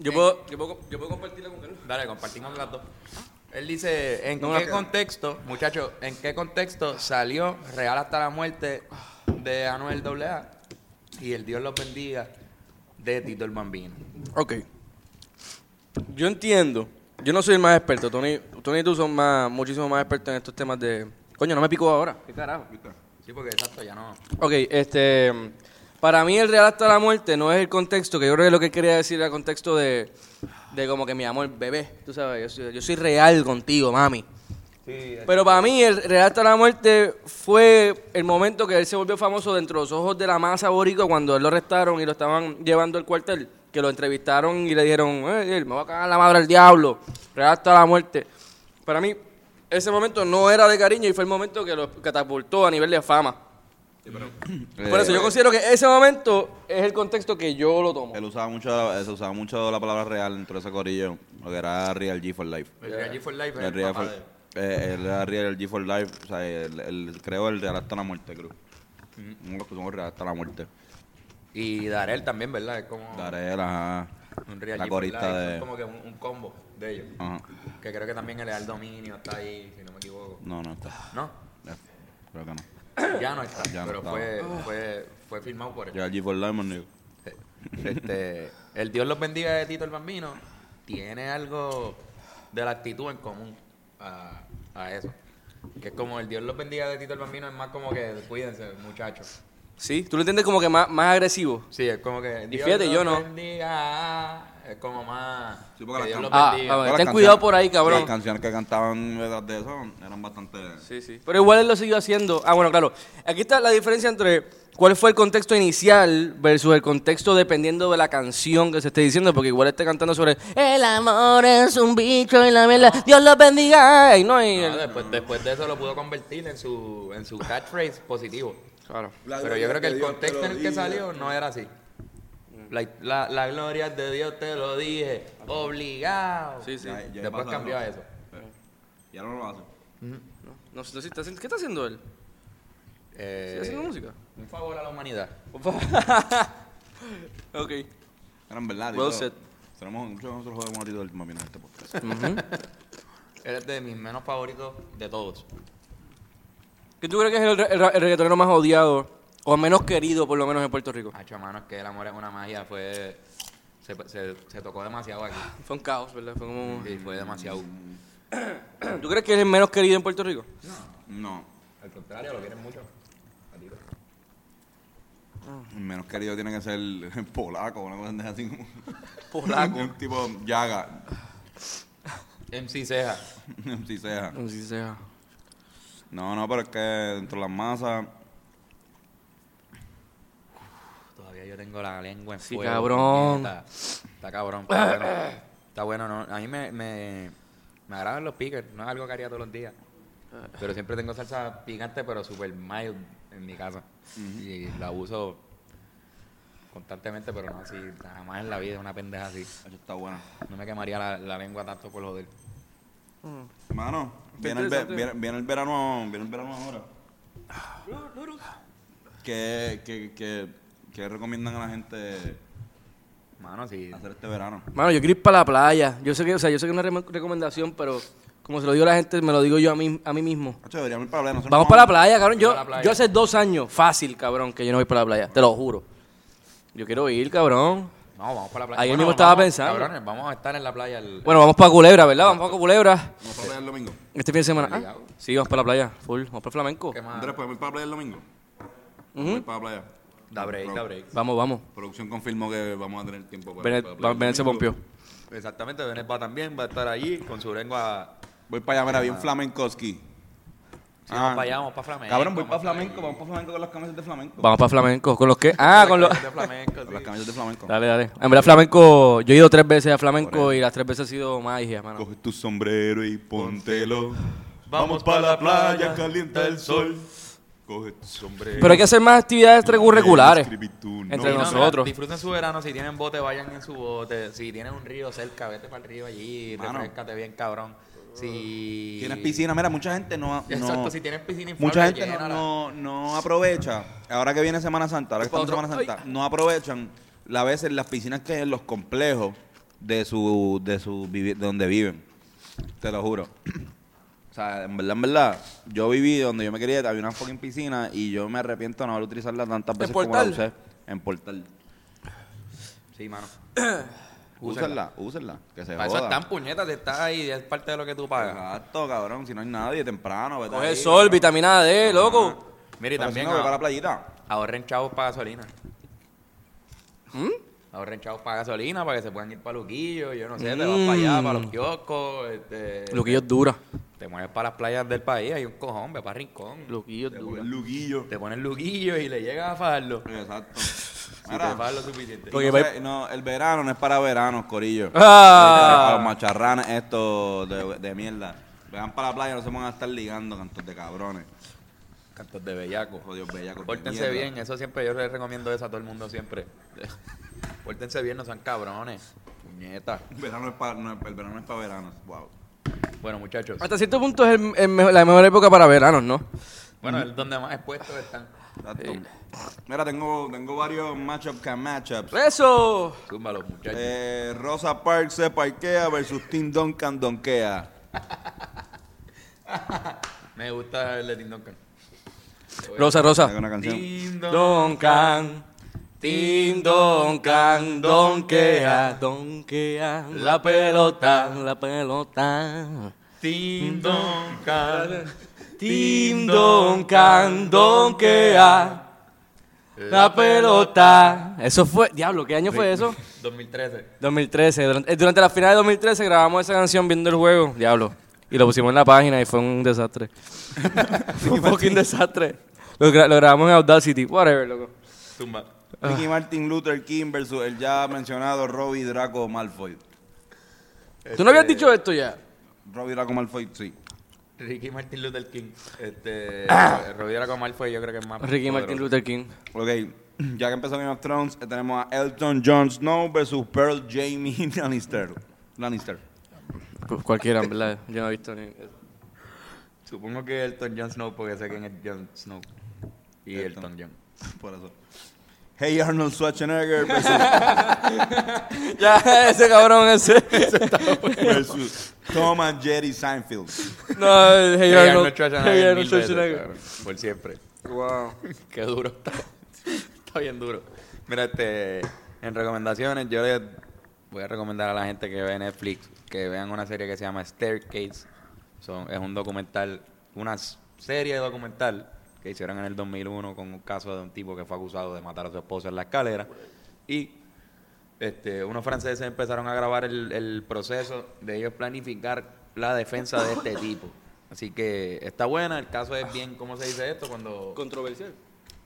Speaker 2: Yo puedo, yo puedo, yo puedo compartirla con él.
Speaker 1: Dale, compartimos las dos. Él dice, ¿en
Speaker 2: No,
Speaker 1: qué
Speaker 2: no.
Speaker 1: contexto, muchachos, en qué contexto salió Real hasta la muerte de Anuel AA y el Dios los bendiga de Tito el Bambino?
Speaker 2: Ok. Yo entiendo. Yo no soy el más experto. Tony, Tony y tú son más, muchísimo más expertos en estos temas de. Coño, no me pico ahora. ¿Qué carajo?
Speaker 1: Sí, porque exacto, ya no.
Speaker 2: Ok, este. Para mí, el real hasta la muerte no es el contexto, que yo creo que lo que él quería decir era el contexto de. De como que mi amor, bebé. Tú sabes, yo soy, yo soy real contigo, mami. Pero para mí, el real hasta la muerte fue el momento que él se volvió famoso dentro de los ojos de la masa boricua cuando él lo arrestaron y lo estaban llevando al cuartel. Que lo entrevistaron y le dijeron, eh, él, me va a cagar la madre al diablo. Real hasta la muerte. Para mí, ese momento no era de cariño y fue el momento que lo catapultó a nivel de fama.
Speaker 4: Eh,
Speaker 2: Por eso yo considero que ese momento es el contexto que yo lo tomo.
Speaker 4: Él usaba mucho, eh, se usaba mucho la palabra real dentro de ese corillo, lo que era Real G for Life.
Speaker 1: El Real G for Life es
Speaker 4: El
Speaker 1: el
Speaker 4: Real
Speaker 1: papá
Speaker 4: for,
Speaker 1: de-
Speaker 4: eh, él era Real G for Life, o sea, él, él creó el Real hasta la muerte, creo. Uno que somos Real hasta la muerte.
Speaker 1: Y Darel también, ¿verdad? Es como
Speaker 4: Daré la,
Speaker 1: un Real
Speaker 4: la
Speaker 1: G for Life,
Speaker 4: corista
Speaker 1: Es
Speaker 4: de...
Speaker 1: como que un, un combo de ellos.
Speaker 4: Ajá.
Speaker 1: Que creo que también el Leal Dominio está ahí, si no me equivoco.
Speaker 4: No, no está. *coughs*
Speaker 1: ¿No?
Speaker 4: Eh, Creo que no.
Speaker 1: Ya no está,
Speaker 4: Ya no
Speaker 1: pero
Speaker 4: está.
Speaker 1: fue, fue, fue filmado por él.
Speaker 4: Real G for Life, mon nigga.
Speaker 1: Este, el Dios los bendiga de Tito el Bambino tiene algo de la actitud en común a, a eso. Que es como el Dios los bendiga de Tito el Bambino es más como que cuídense, muchachos.
Speaker 2: Sí, tú lo entiendes como que más, más agresivo.
Speaker 1: Sí, es como que Dios
Speaker 2: fíjate,
Speaker 1: los
Speaker 2: yo no.
Speaker 1: bendiga. Es como más
Speaker 4: Sí, porque
Speaker 1: que Dios
Speaker 4: las
Speaker 1: los
Speaker 2: can- Ah,
Speaker 1: bendiga.
Speaker 2: a ver.
Speaker 4: Todas las
Speaker 2: ten cuidado
Speaker 4: canciones-
Speaker 2: por ahí, cabrón.
Speaker 4: Las canciones que cantaban detrás de eso eran bastante...
Speaker 2: Sí, sí. Pero igual él lo siguió haciendo. Ah, bueno, claro. Aquí está la diferencia entre cuál fue el contexto inicial versus el contexto dependiendo de la canción que se esté diciendo, porque igual esté cantando sobre el amor es un bicho y la mierda, Dios los bendiga. Y no, y
Speaker 1: Ah,
Speaker 2: el-
Speaker 1: después, después de eso lo pudo convertir en su, en su catchphrase positivo.
Speaker 2: Claro.
Speaker 1: Pero yo creo que el contexto en el que salió no era así. La, la- la gloria es de Dios, te lo dije. Obligado.
Speaker 2: Sí, sí.
Speaker 4: Ya, ya
Speaker 1: Después
Speaker 4: pasa,
Speaker 1: cambió
Speaker 4: ¿no?
Speaker 1: a eso.
Speaker 4: Y ahora no lo hacen.
Speaker 2: No sé si está haciendo- ¿Qué está haciendo él?
Speaker 1: Eh,
Speaker 2: ¿Está
Speaker 4: Eh,
Speaker 2: haciendo música?
Speaker 1: un favor a la humanidad.
Speaker 2: *laughs* ok.
Speaker 4: Eran verdad.
Speaker 2: Well
Speaker 4: tío.
Speaker 2: said.
Speaker 4: Tenemos muchos nosotros jodemos ahorita del mami en este podcast.
Speaker 1: Eres de mis menos favoritos de todos.
Speaker 2: ¿Qué tú crees que es el, re- el ra- el reggaetonero más odiado o menos querido, por lo menos en Puerto Rico?
Speaker 1: Hacho, mano, es que el amor es una magia. Fue Se, se- se tocó demasiado aquí.
Speaker 2: Fue un caos, ¿verdad? Fue como...
Speaker 1: Sí, fue demasiado.
Speaker 2: ¿Tú crees que es el menos querido en Puerto Rico?
Speaker 4: No.
Speaker 1: Al contrario, lo quieren mucho.
Speaker 4: El menos querido tiene que ser *laughs* el polaco, una cosa así como.
Speaker 2: Polaco.
Speaker 4: Un tipo llaga,
Speaker 1: MC Ceja.
Speaker 4: *laughs* si sea.
Speaker 2: No sé si sea.
Speaker 4: No, no, pero es que dentro de las masas.
Speaker 1: Todavía yo tengo la lengua en
Speaker 2: Sí,
Speaker 1: fuego,
Speaker 2: cabrón.
Speaker 1: puñeta. Está, cabrón. Está bueno. Está bueno, ¿no? A mí me, me, me agradan los pickers. No es algo que haría todos los días. Pero siempre tengo salsa picante, pero super mild en mi casa. Y la uso constantemente, pero no así. Jamás en la vida una pendeja así.
Speaker 4: Eso está buena.
Speaker 1: No me quemaría la, la lengua tanto por joder.
Speaker 4: Mano, viene el, ve- viene, viene el verano, viene el verano ahora. ¿Qué, qué, qué, qué recomiendan a la gente
Speaker 1: Mano, sí.
Speaker 4: hacer este verano?
Speaker 2: Mano, yo quiero ir para la playa. Yo sé que, o sea, yo sé que es una re- recomendación, pero como se lo digo a la gente, me lo digo yo a mí, a mí mismo.
Speaker 4: Hacho, deberíamos ir para hablar.
Speaker 2: Vamos para la playa, cabrón. Yo,
Speaker 1: Vamos a la playa.
Speaker 2: yo hace dos años, fácil, cabrón, que yo no voy para la playa. Te lo juro. Yo quiero ir, cabrón.
Speaker 1: No, vamos para la playa.
Speaker 2: Ayer mismo estaba
Speaker 1: vamos,
Speaker 2: pensando.
Speaker 1: Cabrones, vamos a estar en la playa. El,
Speaker 2: Bueno, vamos para Culebra, ¿verdad? Vamos para Culebra.
Speaker 4: Vamos para la playa el domingo.
Speaker 2: Este fin de semana. Ah, sí, vamos para la playa. Full. Vamos para flamenco.
Speaker 1: ¿Qué más?
Speaker 4: Andrés, ¿podemos ir para la playa el domingo? Vamos a ir para la playa.
Speaker 1: Da break, da break.
Speaker 2: Vamos, vamos.
Speaker 4: Producción confirmó que vamos a tener tiempo para
Speaker 2: Benet,
Speaker 4: para la
Speaker 2: va-
Speaker 4: playa el
Speaker 2: Benet se
Speaker 4: domingo.
Speaker 2: pompió.
Speaker 1: Exactamente, Benet va también, va a estar allí con su lengua.
Speaker 4: Voy para allá, mira, vi un flamencoski. Ah,
Speaker 1: Sí, vamos para allá, vamos para flamenco.
Speaker 4: Cabrón, voy para
Speaker 1: vamos
Speaker 4: flamenco, vamos para flamenco con las camisas de flamenco.
Speaker 2: Vamos para flamenco. ¿Con los qué? Ah,
Speaker 4: *laughs*
Speaker 2: con los.
Speaker 1: De flamenco,
Speaker 4: Con las
Speaker 1: sí.
Speaker 4: camisas de flamenco.
Speaker 2: Dale, dale. En verdad, flamenco. Yo he ido tres veces a flamenco y las tres veces ha sido magia, mano.
Speaker 4: Coge tu sombrero y póntelo.
Speaker 1: Vamos pa' la playa,
Speaker 4: calienta el sol. Coge tu sombrero.
Speaker 2: Pero hay que hacer más actividades curriculares.
Speaker 4: Escribí tu
Speaker 2: Entre
Speaker 1: Sí, no,
Speaker 4: nombre.
Speaker 2: nosotros.
Speaker 1: mira, disfruten su verano, si tienen bote, vayan en su bote. Si tienen un río cerca, vete para el río allí,
Speaker 4: Mano.
Speaker 1: refrescate bien, cabrón. Si
Speaker 4: Tienes piscina, mira, mucha gente no. no-
Speaker 1: Exacto, si tienes piscina inflable,
Speaker 4: Mucha gente no,
Speaker 1: llénala.
Speaker 4: no, no aprovecha. Ahora que viene Semana Santa, ahora que estamos en Semana Santa, no aprovechan la veces las piscinas que hay en los complejos de su, de su vivi- de donde viven. Te lo juro. O sea, en verdad, en verdad, yo viví donde yo me quería, había una fucking piscina y yo me arrepiento de no haber utilizarla tantas veces como la usé.
Speaker 2: Portal?
Speaker 4: En Portal.
Speaker 1: Sí, *coughs* mano.
Speaker 4: Úsenla, úsenla, que se
Speaker 1: Para Ah, eso
Speaker 4: joda.
Speaker 1: están puñetas, estás ahí, es parte de lo que tú pagas.
Speaker 4: Exacto, cabrón, si no hay nadie, temprano. vete
Speaker 2: Coge
Speaker 4: ahí,
Speaker 2: sol,
Speaker 4: cabrón.
Speaker 2: vitamina D, loco.
Speaker 1: Mira, y
Speaker 4: Pero si
Speaker 1: también
Speaker 4: no, voy
Speaker 1: ah-
Speaker 4: para la playita.
Speaker 1: ahorren chavos para gasolina.
Speaker 4: ¿Mm?
Speaker 1: Ahorren chavos para gasolina, para que se puedan ir para Luquillo, yo no
Speaker 4: Mm.
Speaker 1: sé, te vas para allá, para los kioscos, este,
Speaker 2: Luquillo es dura.
Speaker 1: te mueves para las playas del país, hay un cojón, ve para Rincón.
Speaker 2: Luquillo es dura.
Speaker 4: Luguillo.
Speaker 1: Te pones luquillo y le llegas a fajarlo.
Speaker 4: Exacto.
Speaker 1: *laughs* Si te
Speaker 4: Mira,
Speaker 1: fajas lo suficiente.
Speaker 4: no, sé, no, el verano no es para veranos, corillo.
Speaker 2: Ah.
Speaker 4: Para los macharranes estos de, de mierda. Vean para la playa, no se van a estar ligando, cantos de cabrones. Oh,
Speaker 1: Cantos de bellaco.
Speaker 4: Jodidos bellacos de
Speaker 1: Pórtense
Speaker 4: mierda.
Speaker 1: bien, eso siempre, yo les recomiendo eso a todo el mundo siempre. *laughs* Pórtense bien, no sean cabrones. Puñeta.
Speaker 4: El verano es para, no, el verano es para veranos. Wow.
Speaker 1: Bueno, muchachos.
Speaker 2: Hasta cierto punto es el- el mejor- la mejor época para veranos, ¿no?
Speaker 1: Bueno, es donde más expuestos están.
Speaker 4: Exacto. Mira, tengo, tengo varios matchups que matchups.
Speaker 2: ¡Eso!
Speaker 1: Zumba los muchachos.
Speaker 4: Eh, Rosa Park se parquea versus Tim Duncan donkea.
Speaker 1: Me gusta el de Tim Duncan.
Speaker 2: Rosa,
Speaker 4: Haga
Speaker 2: Rosa.
Speaker 4: una canción.
Speaker 1: Tim
Speaker 2: Duncan, Tim Duncan, donkea, donkea, la pelota, la pelota.
Speaker 1: Tim Duncan.
Speaker 2: Tim Duncan, donkea,
Speaker 1: Eh,
Speaker 2: la pelota. Eso fue, diablo, ¿qué año
Speaker 1: *laughs*
Speaker 2: fue eso?
Speaker 1: 2013.
Speaker 2: 2013, durante, eh, durante la final de 2013 grabamos esa canción viendo el juego, diablo. Y lo pusimos en la página y fue
Speaker 1: *laughs*
Speaker 2: un desastre. *laughs* fue un fucking desastre. Lo, gra- lo grabamos en Audacity, whatever, loco.
Speaker 1: Zumba.
Speaker 4: Ricky Martin Luther King versus el ya mencionado Robbie Draco Malfoy.
Speaker 2: ¿Tú no habías
Speaker 1: Este,
Speaker 2: dicho esto ya?
Speaker 4: Robbie Draco Malfoy, sí.
Speaker 1: Ricky Martin Luther King. Este. Robbie Draco Malfoy, yo creo que es más.
Speaker 2: Ricky Martin
Speaker 1: poderoso.
Speaker 2: Luther King.
Speaker 4: Ok, ya que empezó Game of Thrones, eh, tenemos a Elton John Snow versus Pearl Jamie Lannister. Lannister.
Speaker 2: Pues cualquiera, en verdad. Yo no he visto
Speaker 1: *laughs*
Speaker 2: ni.
Speaker 1: Supongo que Elton John Snow, porque sé quién es Jon Snow. Y Elton,
Speaker 4: Elton.
Speaker 1: John.
Speaker 4: Por eso. Hey Arnold Schwarzenegger versus,
Speaker 2: ya, ese cabrón ese. *laughs*
Speaker 4: versus Tom and Jerry Seinfeld.
Speaker 2: no, el Hey
Speaker 1: Ella
Speaker 2: Arnold. Hey Arnold
Speaker 1: mil veces,
Speaker 2: Schwarzenegger.
Speaker 1: cabrón, Por siempre.
Speaker 2: Wow.
Speaker 1: *laughs* Qué duro está. Está bien duro. Mira, este. En recomendaciones, yo le Voy a recomendar a la gente que ve Netflix que vean una serie que se llama Staircase. Son, es un documental, una s- serie documental que hicieron en el 2001 con un caso de un tipo que fue acusado de matar a su esposa en la escalera. Y este, unos franceses empezaron a grabar el, el proceso de ellos planificar la defensa de este tipo. Así que está buena, el caso es bien, ¿cómo se dice esto? Cuando
Speaker 10: Controversial.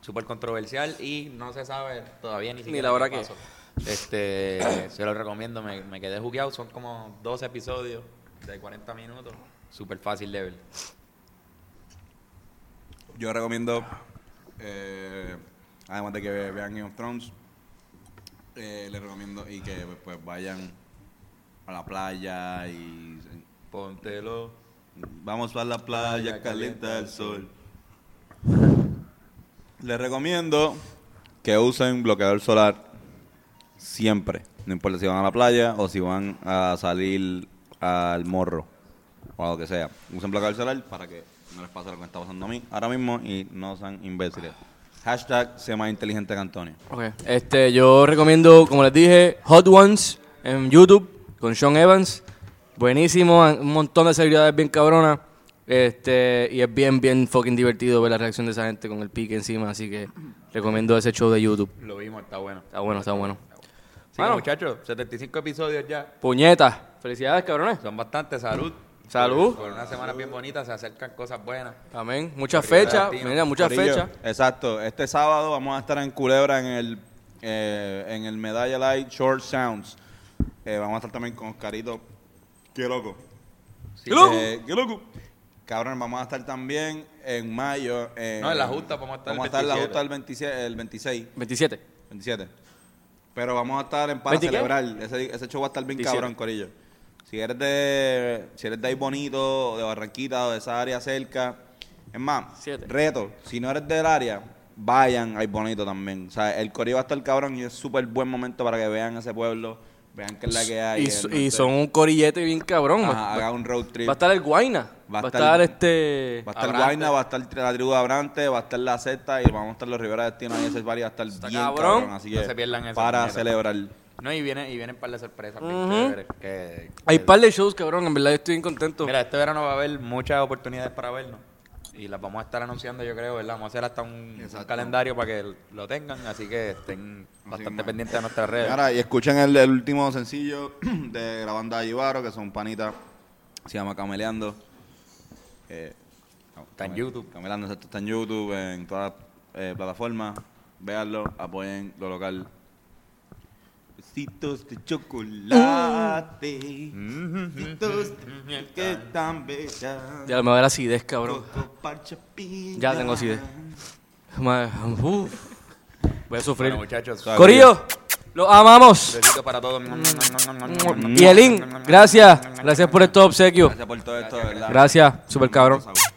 Speaker 1: súper controversial y no se sabe todavía ni siquiera
Speaker 10: la hora
Speaker 1: qué
Speaker 10: que-
Speaker 1: pasó. Este, se lo recomiendo, me, me quedé jugueado. Son como 12 episodios de 40 minutos. Súper fácil de ver.
Speaker 4: Yo recomiendo, eh, además de que ve- vean Game of Thrones, eh, les recomiendo y que pues vayan a la playa y
Speaker 1: Póntelo.
Speaker 4: vamos a la playa, calienta el sol. Les recomiendo que usen bloqueador solar siempre, no importa si van a la playa o si van a salir al morro o a lo que sea. Usen bloqueador solar para que no les pase lo que me está pasando a mí ahora mismo y no sean imbéciles. Hashtag sea más inteligente que Antonio.
Speaker 2: Ok, Este, yo recomiendo, como les dije, Hot Ones en YouTube con Sean Evans. Buenísimo, han- un montón de celebridades bien cabronas. Este, y es bien, bien fucking divertido ver la reacción de esa gente con el pique encima. Así que recomiendo ese show de YouTube.
Speaker 1: Lo vimos, está bueno.
Speaker 2: Está bueno, está bueno.
Speaker 1: Así que,
Speaker 2: Bueno.
Speaker 1: muchachos, 75 episodios ya.
Speaker 2: Puñeta, felicidades, cabrones.
Speaker 1: Son bastantes. Salud.
Speaker 2: Salud.
Speaker 1: Por una semana bien bonita se acercan cosas buenas.
Speaker 2: Amén. Muchas fechas, mira, muchas
Speaker 4: Corillo,
Speaker 2: fechas.
Speaker 4: Exacto. Este sábado vamos a estar en Culebra en el eh, en el Medalla Light Short Sounds. Eh, vamos a estar también con Oscarito. Qué loco.
Speaker 1: Sí, eh,
Speaker 4: Eh, qué loco. Cabrón, vamos a estar también en mayo. en-
Speaker 1: No, en la Justa vamos a estar el
Speaker 4: Vamos a estar en la
Speaker 1: 27.
Speaker 4: justa el 26, el 26,
Speaker 2: 27.
Speaker 4: 27. Pero vamos a estar en para
Speaker 2: ¿20 qué?
Speaker 4: celebrar. Ese, ese show va a estar bien
Speaker 2: 17.
Speaker 4: cabrón, Corillo. Si eres de si eres de ahí bonito, o de Barranquita o de esa área cerca, es más,
Speaker 2: Siete.
Speaker 4: reto, si no eres del área, vayan ahí bonito también. O sea, el Corillo va a estar cabrón y es súper buen momento para que vean ese pueblo, vean qué es la que hay.
Speaker 2: Y,
Speaker 4: el
Speaker 2: so- y
Speaker 4: norte.
Speaker 2: son un corillete bien cabrón.
Speaker 4: Ajá,
Speaker 2: va,
Speaker 4: haga un road trip.
Speaker 2: va a estar el Guaina. Va, a estar este.
Speaker 4: Va a estar
Speaker 2: Abrante.
Speaker 4: Guayna, va a estar la tribu de Abrante, va a estar la Z y vamos a estar los Rivera Destino y ese barrio va a estar bien
Speaker 2: cabrón.
Speaker 4: cabrón. así que
Speaker 1: No se pierdan esa
Speaker 4: para
Speaker 1: puñeta.
Speaker 4: celebrar.
Speaker 1: No, y vienen, y vienen par de sorpresas bien
Speaker 2: Ujú.
Speaker 1: chéveres que-
Speaker 2: Hay
Speaker 1: que-
Speaker 2: par de shows, cabrón. En verdad, yo estoy bien contento.
Speaker 1: Mira, este verano va a haber muchas oportunidades para vernos. Y las vamos a estar anunciando, yo creo, ¿verdad? Vamos a hacer hasta un, un calendario para que lo tengan. Así que estén bastante pendientes de nuestras redes.
Speaker 4: Ahora, y escuchen el, el último sencillo *clears throat* de la banda de Ibaro, que son panitas, se llama Cameleando. Eh,
Speaker 1: Está en YouTube.
Speaker 4: Cameleando exacto, está en YouTube, en todas las eh, plataformas. Véanlo, apoyen lo local. Besitos de
Speaker 3: Uh.
Speaker 4: chocolate, besitos de- que tan bella.
Speaker 2: Ya me va a dar acidez, cabrón.
Speaker 4: Coco Parche Piña.
Speaker 2: Ya tengo acidez. Ma- uf. Voy a sufrir.
Speaker 1: Bueno, muchachos,
Speaker 2: Corillo, los amamos.
Speaker 1: besito para todos.
Speaker 2: Y Elin, gracias. Gracias por estos obsequios.
Speaker 4: Gracias por todo esto, de ¿verdad?
Speaker 2: Gracias, super cabrón.
Speaker 4: Saúl.